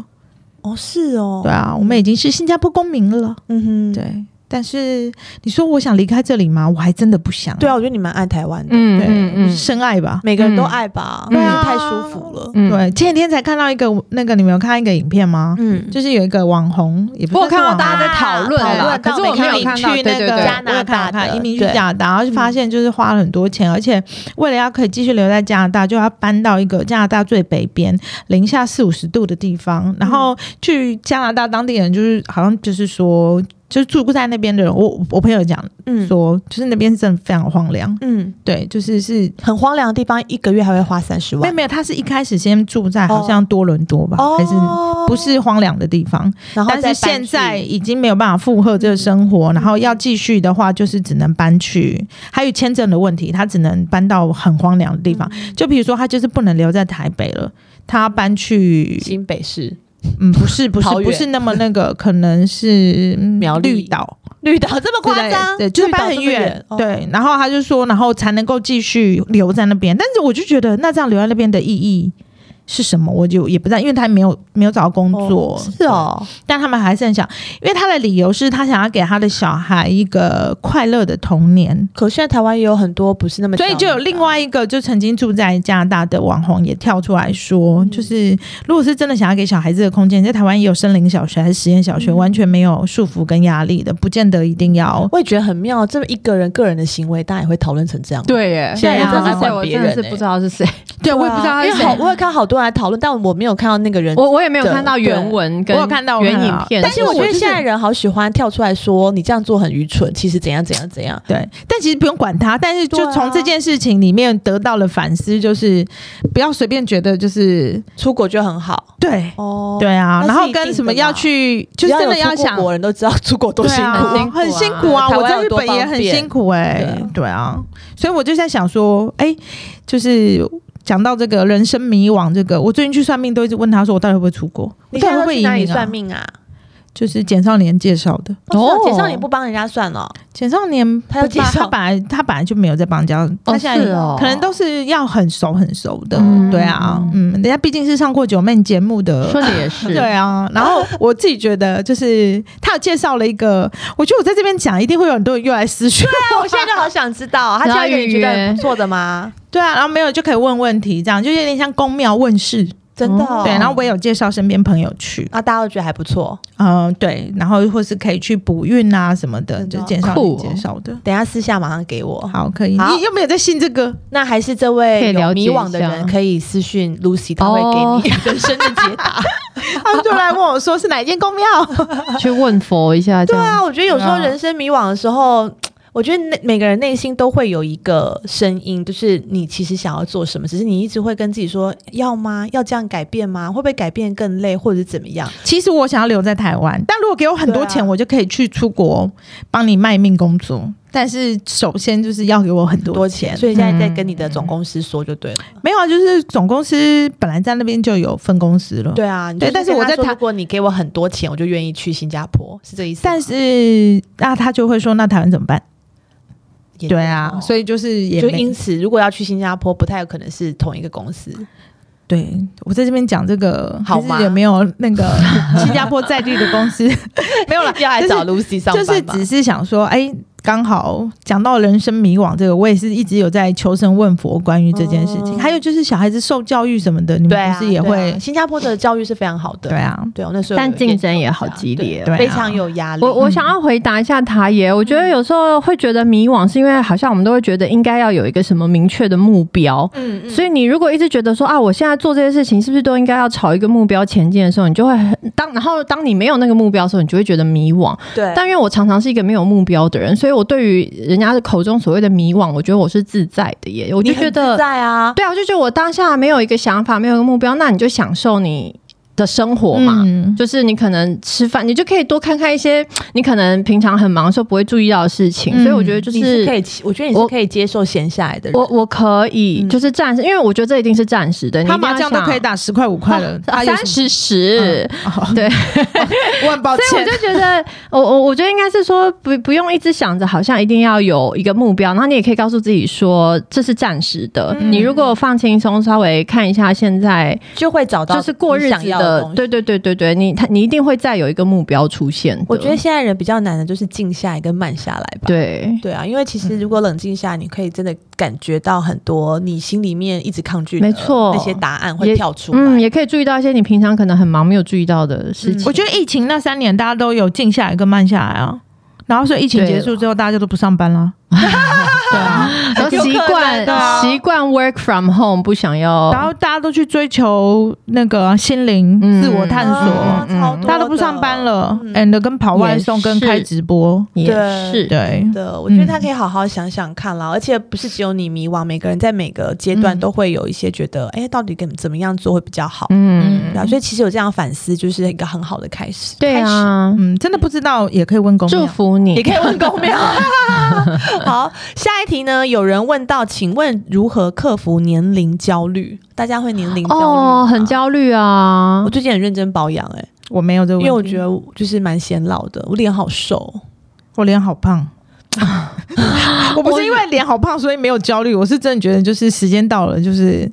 哦，是哦，对啊，我妹已经是新加坡公民了，嗯哼，对。啊但是你说我想离开这里吗？我还真的不想。对啊，我觉得你蛮爱台湾的，嗯对，嗯我是嗯，深爱吧。每个人都爱吧，嗯因为对啊太舒服了。嗯对，前几天才看到一个那个，你们有看到一个影片吗？嗯，就是有一个网红，也不我有是看到网红大家在啊讨论讨啦，论可到是我每没个有人看去到，对那个对对，加拿大的我有看到移民去对加拿大，然后嗯就发现就是花了很多钱，而且为了要可以继续留在加拿大，就要搬到一个加拿大最北边零下四五十度的地嗯方，然后去加拿大当地人就是好像就是说。就是住在那边的人，我我朋友讲嗯说，就是那边真的非常荒凉，嗯，对，就是是很荒凉的地方，一个月还会花三十没万有，没有，他是一开始先住在哦好像多伦多吧，还是不是荒凉的地方，然后但再是搬嗯现去哦在已经没有办法负荷这个生活，然后要继续的话，就是只能搬去，还有签证的问题，他只能搬到很荒凉的地方。嗯就比如说，他就是不能留在台北了，他搬去，新北市嗯，不是不是桃园不是那么那个，可能是嗯苗栗绿岛绿岛这么之夸类的，张，对，就是绿岛搬这很么远远，，哦，对。然后他就说，然后才能够继续留在那边，但是我就觉得，那这样留在那边的意义。是什么，我就也不知道，因为他没有没有找到工作，是哦，但他们还是很想，因为他的理由是他想要给他的小孩一个快乐的童年。可现在台湾也有很多不是那么，啊所以就有另外一个，就曾经住在加拿大的网红也跳出来说，嗯就是如果是真的想要给小孩子的空间，在台湾也有森林小学还是实验小学，嗯完全没有束缚跟压力的，不见得一定要。我也觉得很妙，这么一个人个人的行为，大家也会讨论成这样。，对耶，现在也对啊真的对是管我别真的人是欸不知道是 [LAUGHS] 谁，对啊他因是为谁好，我有看好多人来讨论，但我没有看到那个人。我我也没有对看到原文跟我有看到我原看影到片，但是我觉得就是哦现在人好喜欢跳出来说你这样做很愚蠢，其实怎样怎样怎样。对，但其实不用管他，但是对就啊从这件事情里面得到了反思，就是不要随便觉得就是出国就很好对。哦，对啊，那是然后一定跟什么的啦要去，只就是要真有的要出过想国人都知道出国多对辛苦。辛苦啊，很辛苦啊！对我台在湾日有多本也方很便辛苦哎、对对啊，所以我就在想说，哎、就是讲到这个人生迷惘，这个我最近去算命，都一直问他说，我到底会不会出国？我你到底看他会不会去移哪里民啊算？命啊？就是简少年介绍的，哦，哦介绍你不帮人家算哦了，简少年他有介绍他本来他本来就没有在帮人家，他现啊在、是哦可能都是要很熟很熟的，嗯对啊，嗯，人家毕竟是上过九妹节目的，说的也 [LAUGHS] 是，对啊，然后我自己觉得，就是他有介绍了一个，我觉得我在这边讲，一定会有很多人又来私讯。啊我现在就好想知 [LAUGHS] 道，他然后家人你预觉得约不错的吗？对啊，然后没有就可以问问题，这样就有点像公庙问世。真的嗯哦，对，然后我也有介绍身边朋友去，啊，大家都觉得还不错。嗯、对，然后或是可以去补运啊什么的，真的就哦介绍酷你哦介绍的。等一下私下马上给我。好，可以。好你又没有在信这个，那还是这可以位了有解一迷下惘的人可以私讯 Lucy，她会哦给你人生的解答。他们就来问我说是哪一间公庙。去问佛一下，这对样啊，我觉得有时候对啊人生迷惘的时候。我觉得那每个人内心都会有一个声音，就是你其实想要做什么，只是你一直会跟自己说要吗？要这样改变吗？会不会改变更累，或者是怎么样？其实我想要留在台湾，但如果给我很多对钱，啊我就可以去出国帮你卖命工作。但是首先就是要给我很多多钱，钱，所以现在在跟你的总公司说就对了。没有啊，就是总公司本来在那边就有分公司了。对啊，你对就但是跟我他在说台如果你给我很多钱，我就愿意去新加坡，是这意思吗？但是那他就会说，那台湾怎么办？也对啊，所以就是也就没因此，如果要去新加坡，不太有可能是同一个公司。对我在这边讲这个好还是吗有没有那个 [LAUGHS] 新加坡在地的公司？ [LAUGHS] [LAUGHS] 没有了，要来就是找 Lucy 上就班是吧只是想说，哎、刚好讲到人生迷惘这个，我也是一直有在求神问佛关于这件事哦情。嗯还有就是小孩子受教育什么的，你对啊们不是也对会啊新加坡的教育是非常好的，对啊？对我那时候有但竞争研究也一下好激烈哦对非对啊常有压力。我我想要回答一下塔爷，我觉得有时候会觉得迷惘，是因为好像我们都会觉得应该要有一个什么明确的目标。嗯所以你如果一直觉得说啊，我现在做这些事情是不是都应该要朝一个目标前进的时候，你就会很当然后当你没有那个目标的时候，你就会觉得迷惘。对，但因为我常常是一个没有目标的人，所以我对于人家的口中所谓的迷惘，我觉得我是自在的耶。我我就觉得在啊，对啊，我就觉得我当下没有一个想法，没有一个目标，那你就享受你的生活嘛。嗯就是你可能吃饭，你就可以多看看一些你可能平常很忙的时候不会注意到的事情。嗯所以我觉得就你是可是。以，我觉得你是我可以接受闲下来的人。我我可以，嗯就是暂时，因为我觉得这嗯一定是暂时的。他麻将都可以打十块五块了，啊他有哦三什么十嗯十， [LAUGHS] 哦对， [LAUGHS] 我很抱所以歉我。就觉得，我我我觉得应该是说不不用一直想着好像一定要有一个目标，然后你也可以告诉自己说这是暂时的。嗯你如果放轻松，稍微看一下现在就会找到就是过日你子想要的的东，西。对对对对对，你他你一定会再有一个目标出现的。我觉得现在人比较难的就是静下来跟慢下来吧。对。嗯对啊，因为其实如果冷静下来，你可以真的感觉到很多你心里面一直抗拒的没错那些答案会也跳出来。嗯，也可以注意到一些你平常可能很忙没有注意到的事嗯情。我觉得疫情那三年，大家都有静下来跟慢下来啊。然后所以疫情对结束之后，大家就都不上班 [LAUGHS] 了。对啊，然后有习可惯能的啊习惯 work from home，不想要。然后大家都去追求那个心灵、嗯自我探索啊，嗯超多大家都不上班了嗯，and 跟跑外也送、是跟开直播，也对是，对，的，我觉得嗯他可以好好想想看啦，而且不是只有你迷惘，每个人在每个阶段嗯都会有一些觉得，哎、到底该怎么样做会比较好？嗯对，啊，所以其实有这样反思，就是一个很好的开始。对啊，嗯，真的不知道也可以问公祝庙。福你你。可以问公 [LAUGHS] 庙。 [LAUGHS] 好，下一题呢？有人问到，请问如何克服年龄焦虑？大家会年龄焦虑哦，吗很。焦虑啊我！最近很认真保养，哎，我没有这个因问题，为我觉得就是蛮显老的，我脸好瘦。我脸好 [LAUGHS] 胖。我不是因为脸好胖所以没有焦虑，我是真的觉得就是时间到了，就是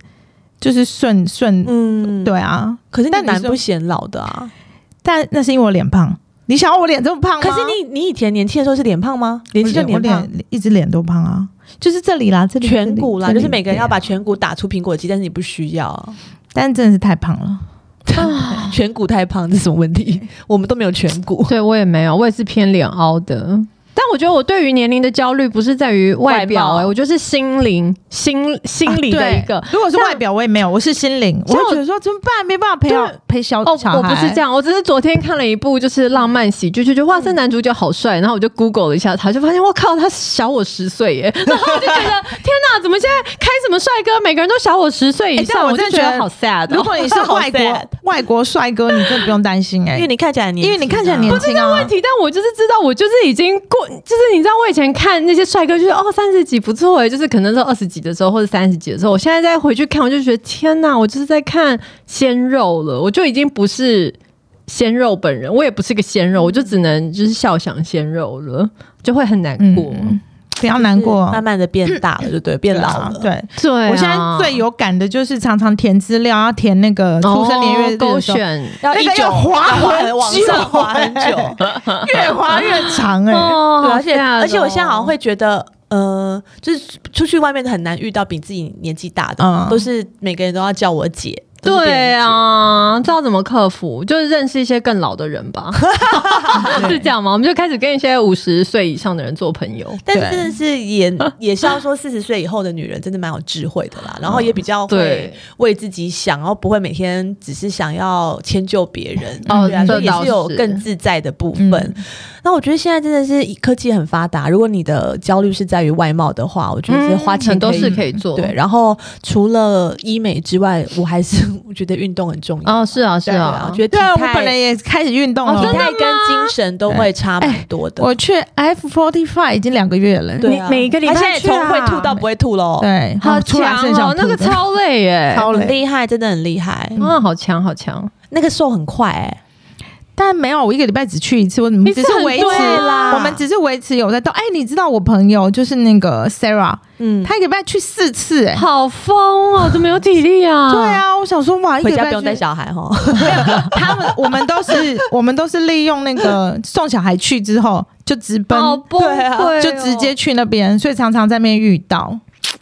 就是顺顺，嗯，对啊。可是你但你蛮说不显老的啊。但那是因为我脸胖，你想要我脸这么胖吗？可是你你以前年轻的时候是脸胖吗？年轻就我脸脸胖我。脸一直脸都胖啊，就是这里啦，这里颧骨啦，这里就是每个人要把对啊颧骨打出苹果肌，但是你不需 [LAUGHS] 要。但真的是太胖了。颧骨太胖，这是什么问 [LAUGHS] 题？我们都没有颧骨。对我也没有，我也是偏脸凹的。但我觉得我对于年龄的焦虑不是在于外表、外哎，貌我就是心灵、心心理的一个。啊对如果是外表，我也没有，我是心灵，我像会觉得说怎么办，没办法陪我对啊陪小哦，小孩。我不是这，样，我只是昨天看了一部就是浪漫喜剧，就觉得嗯哇，这男主角好帅，然后我就 Google 了一下他，就发现我靠，他小我十岁耶， [LAUGHS] 然后我就觉得天哪，怎么现在开什么帅哥，每个人都小我十岁以哎但上，我我就真的觉觉得得好 sad 如哦。果你 [LAUGHS] 是外国好 sad 外国帅哥，你真的不用担心哎、因为你看起来年轻啊，因为你看起来年不是轻啊问。题，但我就是知道，我就是已经过，就是你知道，我以前看那些帅哥，就是哦三十几不错哎，就是可能是二十几的时候或者三十几的时候，我现在再回去看，我就觉得天哪，我就是在看鲜肉了，我就已经不是鲜肉本人，我也不是个鲜肉，我就只能就是笑想鲜肉了，就会很难过。嗯不要难过，慢慢的变大了，对不对？变对啊老了。对，对啊、我现在最有感的就是常常填资料，要填那个出生年月日哦的勾时候选。要那一个久要滑很久往上滑很久， [LAUGHS] [LAUGHS] 越滑越长哎、哦对，而且好 sad 哦而且我现在好像会觉得，呃，就是出去外面很难遇到比自己年纪大的，嗯都是每个人都要叫我姐。都是别人姐，对啊，知道怎么克服，就是认识一些更老的人吧，是这样吗？我们就开始跟一些五十岁以上的人做朋友。但是对真的是 [LAUGHS] 也也是要说，四十岁以后的女人真的蛮有智慧的 [LAUGHS] 啦，然后也比较会对为自己想，然后不会每天只是想要迁就别人，哦对啊，这所以也倒是有是嗯更自在的部分。那我觉得现在真的是科技很发达，如果你的焦虑是在于外貌的话，我觉得是花钱嗯很多可以事可以做。对，然后除了医美之外，我还是 [LAUGHS] 我觉得运动很重要。哦，是啊，是对啊，啊我。觉得对啊，体我态本来也开始运动了。哦真体的态跟精神都会差蛮多的。我去 F forty five 已经两个月了、对啊你每个礼拜他现在去啊从会吐到不会吐喽，对，好出来强是很想哦，那个吐的超累耶，超很累，厉害，真的很厉害。啊，好强，好强！那个瘦很快哎，但没有，我一个礼拜只去一次，我们一只次是维持很多啊啦我们只是维持有在动。哎，你知道我朋友就是那个 Sarah，嗯，她一个礼拜去四次、哎，好疯哦，怎么有体力啊？对，啊，我想说哇，一个回礼家拜不用带去小孩哈。他们我们都是我们都是利用那个送小孩去之后就直奔，好崩对啊溃哦，就直接去那边，所以常常在那边遇到。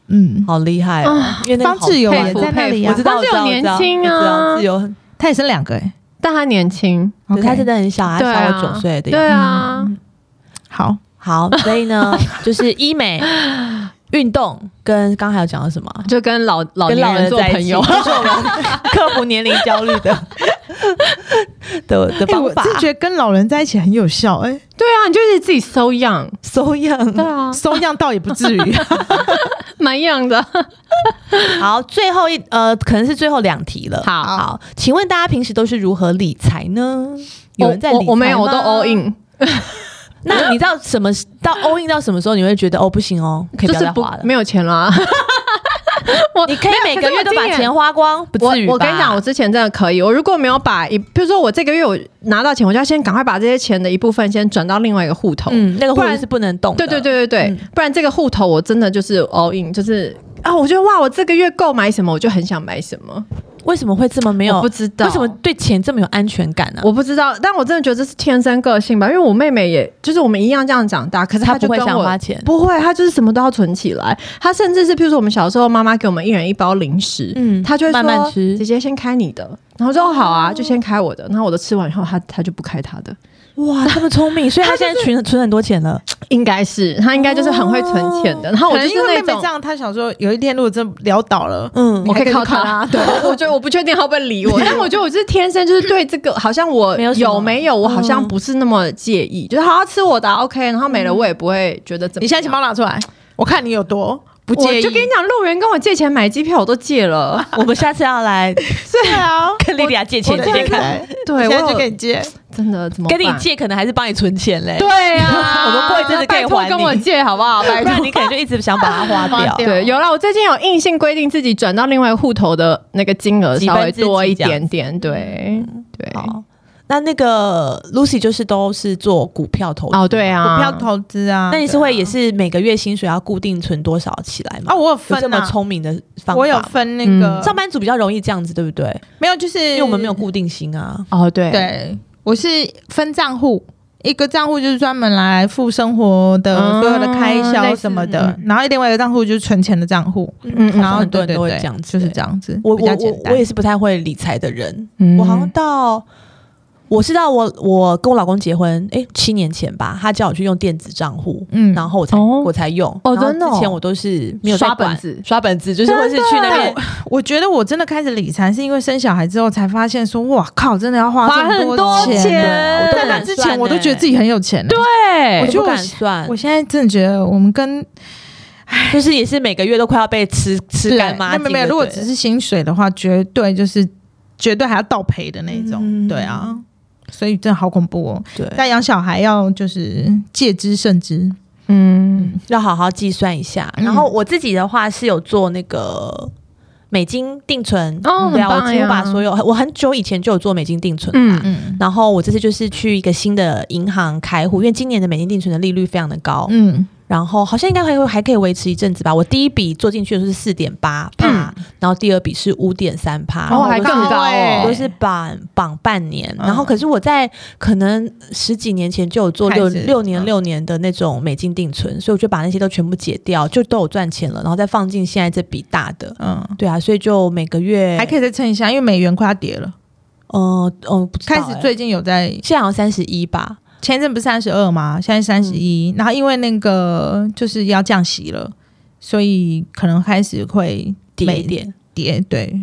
嗯， [LAUGHS] 好厉害哦！因为那个方好志友佩也服在那里佩啊我服知道，方我志知友道，年我知道轻啊我知道志友，他也生两个哎、但他年轻，对 OK 他真的很小，他对啊小我九岁的样子。对啊，好，好，所以呢，就是医美、运动跟刚才有讲到什么啊？就跟老老跟年老人人做在一朋起，友就是我们克服年龄焦虑的的的哎、方我法。是觉得跟老人在一起很有效哎、对啊，你就是自己 so young， so young 对啊，收样倒也不至于。蛮 young 的。 [LAUGHS] 好，最后一呃，可能是最后两题了。好好，请问大家平时都是如何理财呢？有人在理我财我我没有，我都吗 all in，那你到什么到 all in 到什么时候，你会觉得哦不行哦，可以不就要是再不花了？没有钱啦。 [LAUGHS] 我你可以每个月都把钱花光，不我至于吧我跟你讲，我之前真的可以。我如果没有把一，比如说我这个月我拿到钱，我就要先赶快把这些钱的一部分先转到另外一个户头。嗯，那个户不头然是不能动的。对对对对对，嗯不然这个户头我真的就是 all in，就是啊，我觉得哇，我这个月购买什么，我就很想买什么。为什么会这么没有？我不知道为什么对钱这么有安全感呢、啊我不知道，但我真的觉得这是天生个性吧，因为我妹妹也就是我们一样这样长大，可是她她就不会跟想我花钱不会，她就是什么都要存起来，她甚至是譬如说我们小时候妈妈给我们一人一包零食，嗯嗯，她就会说慢慢吃姐姐先开你的，然后说哦好啊，就先开我的，然后我的吃完以后，她她就不开她的，哇，这么聪 [LAUGHS] 明，所以他现在存存很多钱了。应该是她应该就是很会存钱的，然后我可就能是因为那妹妹种这。样，她想说有一天如果真的潦倒了，嗯 [LAUGHS] 我可以靠她她，对，我我觉得我不确定她会不会理 [LAUGHS] 我，但我觉得我就是天生就是对这个，好像我没有什么嗯有没有，我好像不是那么介意，就是好好吃我的啊 OK，然后没了我也不会觉得怎么样。你现在钱包拿出来，我看你有多不介我意。就跟你讲，路人跟我借钱买机票，我都 [LAUGHS] 借了。我们下次要来对 [LAUGHS] 啊，跟莉莉亚借钱，我直接对看，对对，我现在我就有给你接。真的怎么跟你办？借可能还是帮你存钱嘞。，对 [LAUGHS] 啊我们过一阵子可以还你拜托跟我借好不好？拜不然托。你可能就一直想把它花花掉掉。对，有啦，我最近有硬性规定自己转到另外户头的那个金额几稍分微之几多一这样嗯点点，对对。好，那那个 Lucy 就是都是做股票投资哦，对啊，股票投资啊，那你是会也是每个月薪水要固定存多少起来吗？啊，我有有分这么啊，聪明的方法吗？我有分那个嗯上班族比较容易这样子，对不对？没有，就是因因为我们没有固定薪啊。哦，对，对，我是分账户，一个账户就是专门来付生活的啊嗯所有的开销什么类的，似然后另外一个账户就是存钱的账户，嗯嗯然后嗯很多人对对都会对，这样子就是欸这样子，我比较我我简单我也是不太会理财的人，嗯我好像到我是到我我跟我老公结婚，诶，七年前吧，他叫我去用电子账户，嗯，然后我才、哦我才用。哦然后真的哦之前我都是没有在刷本管子刷本子就是真或的是去那边我觉得我真的开始理财，是因为生小孩之后才发现说，哇靠，真的要花花这么很多钱。对我都钱在不那敢之算前，我都欸觉得自己很有钱、对，我对，就觉不得我敢现算我，现在真的觉得我们跟就是也是每个月都快要被吃吃对干妈那净没了。有没有，如果对只是薪水的话，绝对就是绝对还要倒赔的那一种。嗯对啊，所以真的好恐怖哦。对，但养小孩要就是戒之慎之。嗯，要好好计算一下。嗯然后我自己的话是有做那个美金定存，哦，对很啊，我棒几乎呀，把所有我很久以前就有做美金定存啦。嗯嗯然后我这次就是去一个新的银行开户，因为今年的美金定存的利率非常的高，嗯，然后好像应该还会还可以维持一阵子吧。我第一笔做进去的时候是四点八趴，嗯然后第二笔是五点三趴，哦，还我更都是高欸哦，我都是绑绑半年，嗯然后可是我在可能十几年前就有做开六始六年嗯六年的那种美金定存，所以我就把那些都全部解掉，就都有赚钱了，然后再放进现在这笔大的。嗯，对啊，所以就每个月还可以，以再撑一下，因为美元快要跌了。呃，嗯，不知道开欸始最近有在现在好像三十一吧，前一阵不是三十二吗？现在三十嗯一，然后因为那个就是要降息了，所以可能开始会跌每一点。跌。对，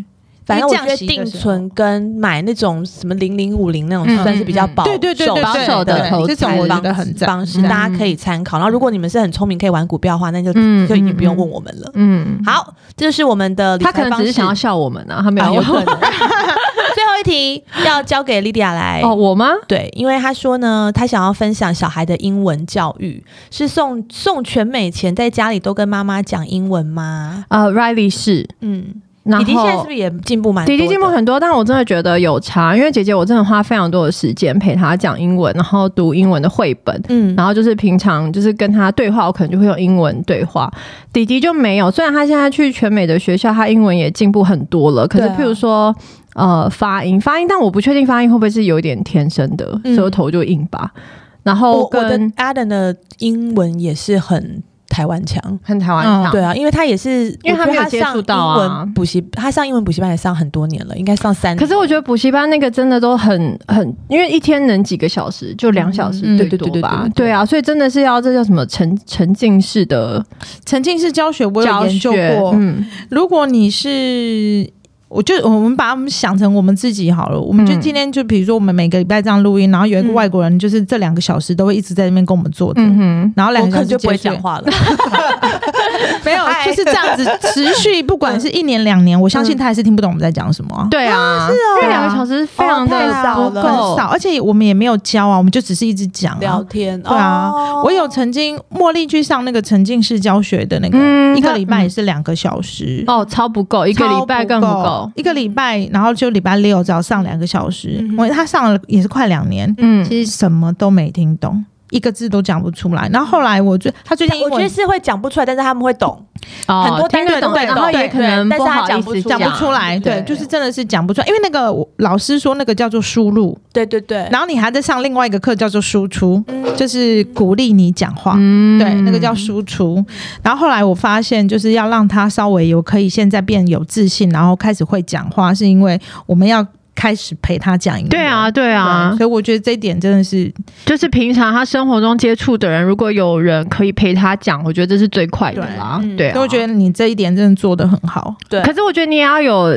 反正我觉因得为降息的时定候存跟买那种什么零零五零那种嗯算是比较嗯嗯保守、对对对对对保守的对投资这种我觉得方很式方赞。式，嗯大家可以参考。然后，如果你们是很聪明，可以玩股票的话，那就嗯就已经不用嗯嗯问我们了。嗯，好，这就是我们的理他财可能方只式。是想要笑我们啊，他没啊有有可能。 [LAUGHS] 最后一题要交给莉迪亚来。 [LAUGHS] 哦，我吗？对，因为他说呢，他想要分享小孩的英文教育，是送送全美前在家里都跟妈妈讲英文吗？呃，Riley 是，嗯，然弟后弟现在是不是也进步蛮多弟的？弟进步很多，但我真的觉得有差，因为姐姐我真的花非常多的时间陪她讲英文，然后读英文的绘本。嗯然后就是平常就是跟她对话，我可能就会用英文对话。弟弟就没有，虽然他现在去全美的学校，他英文也进步很多了。可是对啊譬如说，呃，发音发音，但我不确定发音会不会是有一点天生的，嗯所以我头就硬吧。然后我我的跟 Adam 的英文也是很台湾腔。很台湾嗯腔，对啊，因为他也是，因为他我觉没得有他接上触到啊英文补习，他上英文补习班也上很多年了，应该上三年。可是我觉得补习班那个真的都很很，因为一天能几个小时，就两小时嗯嗯最对多对对吧对对。对对啊，所以真的是要这叫什么沉沉浸式的沉浸式教学我有教研究学过，，嗯如果你是，我就我们把他们想成我们自己好了，我们就嗯今天就比如说我们每个礼拜这样录音，然后有一个嗯外国人，就是这两个小时都会一直在那边跟我们坐着。嗯哼，然后两我个可小能时就不会结束讲话了。没有，嗨嗯就是这样子持续，不管是一年两年，我相信他还是听不懂我们在讲什么啊、对啊，因为两个小时非常哦太的少不了够很少，，而且我们也没有教啊，我们就只是一直讲、聊啊。天，对啊哦我有曾经茉莉去上那个沉浸式教学的那个，嗯一个礼拜那也是两个小时，哦，超不够，一一个礼拜更不够，一个礼拜，然后就礼拜六早上两个小时嗯，哼我、他上了也是快两年，嗯，其实什么都没听懂，一个字都讲不出来。然后后来我最他最近英我觉得文是会讲不出来，但是他们会懂。哦很多听单得位懂，都会然后懂也可对能但是不他好讲意不思出讲不出来，对对，就是真的是讲不出来，因为那个我老师说那个叫做输入，对对对，然后你还在上另外一个课叫做输出，嗯就是鼓励你讲话。嗯对，那个叫输出。然后后来我发现，就是要让他稍微有可以现在变有自信，然后开始会讲话，是因为我们要开始陪他讲英文。对啊，对对啊，所以我觉得这一点真的是就是平常他生活中接触的人，如果有人可以陪他讲，我觉得这是最快的啦对嗯。对啊，所以我觉得你这一点真的做的很好。对可是我觉得你也要有。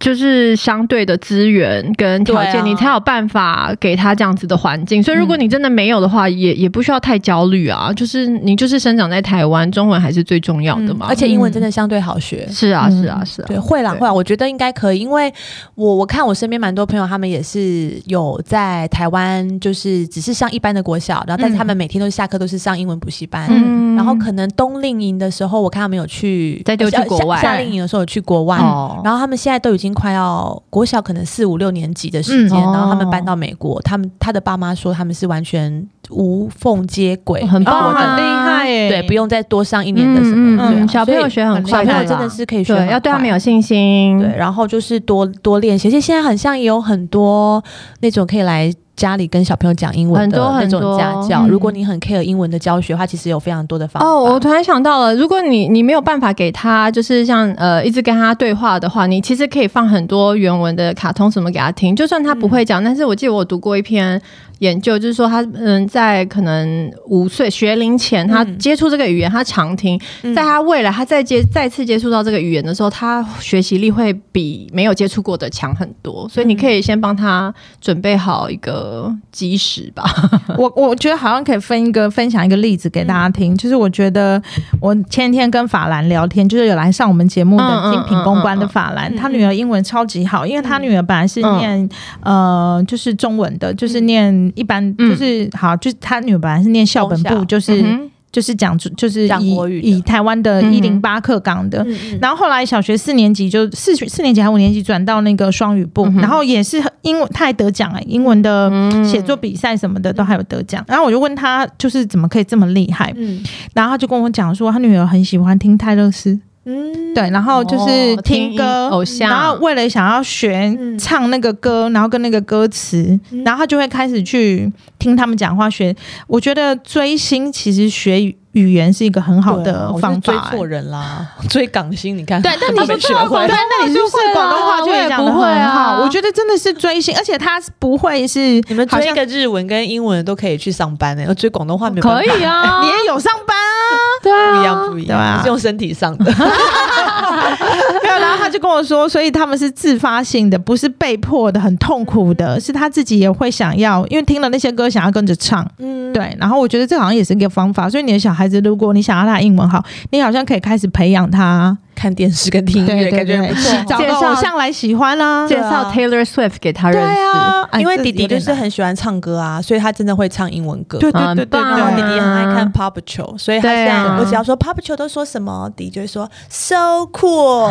就是相对的资源跟条对件，啊嗯你才有办法给他这样子的环境。所以，如果你真的没有的话，也也不需要太焦虑啊。就是你就是生长在台湾，中文还是最重要的嘛。嗯而且英文真的相对好学。是啊，嗯是啊，是啊。对，会啦对会啦，我觉得应该可以，因为我我看我身边蛮多朋友，他们也是有在台湾，就是只是上一般的国小，然后但是他们每天都下课都是上英文补习班，嗯然后可能冬令营的时候，我看他们有去，再就去呃夏国外夏令营的时候有去国外，哦，然后他们现在都已经经快要国小，可能四五六年级的时间，嗯哦然后他们搬到美国，他们他的爸妈说他们是完全无缝接轨，很美棒国啊的很厉害耶、对，不用再多上一年的什么，嗯对啊嗯，小朋友学很所快以小的朋啦，友真的是可以学很对，快，要对他们有信心。对，然后就是多多练习。而且现在很像也有很多那种可以来家里跟小朋友讲英文的很多那很多种家教。嗯如果你很 care 英文的教学的话，其实有非常多的方法。哦，我突然想到了，如果你你没有办法给他，就是像呃一直跟他对话的话，你其实可以放很多原文的卡通什么给他听，就算他不嗯会讲，但是我记得我读过一篇研究，就是说他嗯在可能五岁学龄前，他嗯接触这个语言，他常听，嗯在他未来他再接再次接触到这个语言的时候，他学习力会比没有接触过的强很多，所以你可嗯以先帮他准备好一个基石吧。 [LAUGHS] 我我觉得好像可以分一个分享一个例子给大家听，就是我觉得我前天跟法兰聊天，就是有来上我们节目嗯的嗯精品公关的嗯嗯法兰嗯，她女儿英文超级好，因为她女儿本来是念呃就是中文的，就是念一般嗯就是好，就是她女儿本来是念校本中部，小就是嗯就是讲就是讲以国语的以台湾的嗯哼一零八课纲的，嗯嗯然后后来小学四年级就四学四年级还五年级转到那个双语部，嗯哼然后也是很英文，他还得奖哎、英文的嗯写作比赛什么的都还有得奖。然后我就问他，就是怎么可以这么厉害？嗯然后他就跟我讲说，他女儿很喜欢听泰勒斯，嗯，对，然后就是哦听歌，偶像，然后为了想要学嗯唱那个歌，然后跟那个歌词，嗯然后他就会开始去听他们讲话学。我觉得追星其实学语语言是一个很好对啊的我就是方法、追错人啦，追港星，你看，对但你他们是学会广了东对，那你是会广东话就也讲得很好我也不会啊我觉得真的是追星，而且他不会是你们好追一像个日文跟英文都可以去上班呢，追广东话没有办法可以啊， [LAUGHS] 你也有上班啊，对啊，不一样，不一对啊样，是用身体上的。没有。然后他就跟我说，所以他们是自发性的，不是被迫的，很痛苦的，是他自己也会想要，因为听了那些歌想要跟着唱。嗯，对，然后我觉得这好像也是一个方法，所以你的小孩子，如果你想要他英文好，你好像可以开始培养他，看电视跟听音对乐，对感觉很对啊不错哦，找介个绍偶像来喜欢啊啦、介绍 Taylor Swift 给他对认识。啊，哎因为这弟弟有就点是难很喜欢唱歌啊，所以他真的会唱英文歌。对对对对对，很棒然后啊弟对弟很爱看 Paw Patrol，所以他对现啊在我只要说 Paw Patrol 都说什么，弟弟就会说 so cool。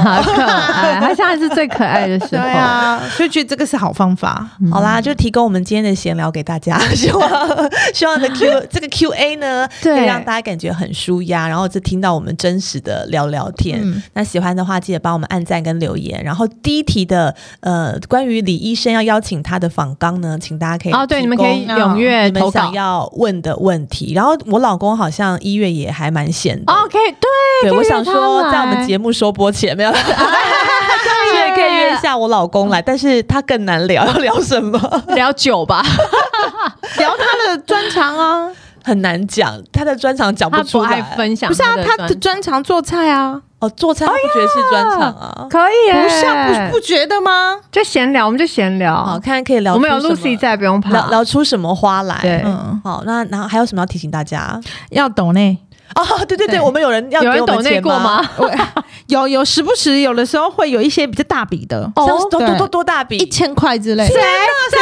好可爱，他现在是最可爱的时对候。啊，所以觉得这个是好方法。嗯好啦，就提供我们今天的闲聊给大 [LAUGHS] 家，希望希望的 Q 这个 Q A 呢，对可以让大家感觉很舒压，然后就听到我们真实的聊聊天。嗯那喜欢的话，记得帮我们按赞跟留言。然后第一题的呃，关于李医生要邀请他的访纲呢，请大家可以哦，对，提你们可以供踊跃你投们稿想。要问的问题，然后我老公好像一月也还蛮闲的，哦，可以，对，可以我想约他说来在我们节目收播前没 [LAUGHS] 有啦，所以可以约一下我老公来，但是他更难聊，要聊什么对，聊酒吧，聊他的专长 [LAUGHS] 啊，很难讲，他的专长讲他不出爱来。分享。不是啊，他的的专专长做菜啊，哦，做菜他不觉得是专长啊。可以耶，不是啊不不觉得吗？就闲聊，我们就闲好，聊。哦看看可以聊我出们有什么 Lucy 在，不用怕。聊聊出什么花来。对，嗯，好，那然后还有什么要提醒大家？要懂呢。哦，对对对，对我们有人要有给人我们抖内钱过吗？？ [LAUGHS] 有有时不时有的时候会有一些比较大笔的，哦，多多对多多大笔，一千块之类的。谁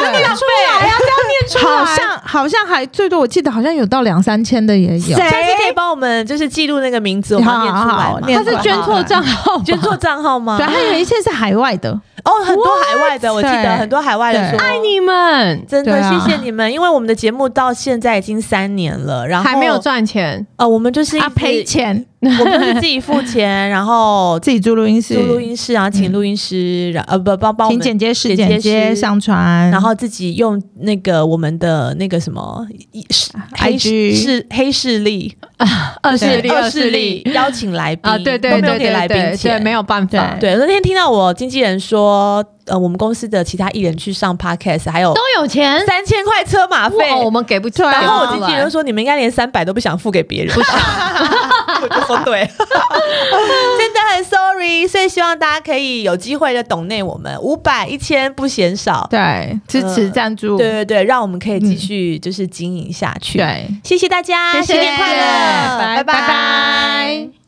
会浪费？好像好像还最多，我记得好像有到两三千的也有。下次可以帮我们就是记录那个名字，我们要念出来好吗好好他念是捐错账号吧，捐做账号吗？对，还有一些是海外的，哦，很多海外的，我记得对很多海外的说对爱。你们，真的，对啊谢谢你们，因为我们的节目到现在已经三年了，然后还没有赚钱。呃，我们就是一直啊，赔，钱 [LAUGHS] 我们就是自己付钱，然后自己租录音室，租录音室，然后请录音师，然呃不帮帮我请们剪接剪师接剪接师上传，然后自己用那个我们的那个什么一是黑 IG 是黑势力、二势对力，二二势势力力邀请来宾啊，对都对没有对给来对宾对，对，钱，没有办法，对，对那天听到我经纪人说，呃，我们公司的其他艺人去上 podcast，还有都有钱，三千块车马啊费。哇，我们给不出来。然后我经纪人就说：“你们应该连三百都不想 [LAUGHS] 付给别人。”我就说：“ [LAUGHS] 对，真的很 sorry。”所以希望大家可以有机会的懂内我们五百一千不嫌少。对支持呃赞助，对对对，让我们可以继续就是经营下去。对。嗯谢谢大家，谢谢新年快乐，拜拜拜拜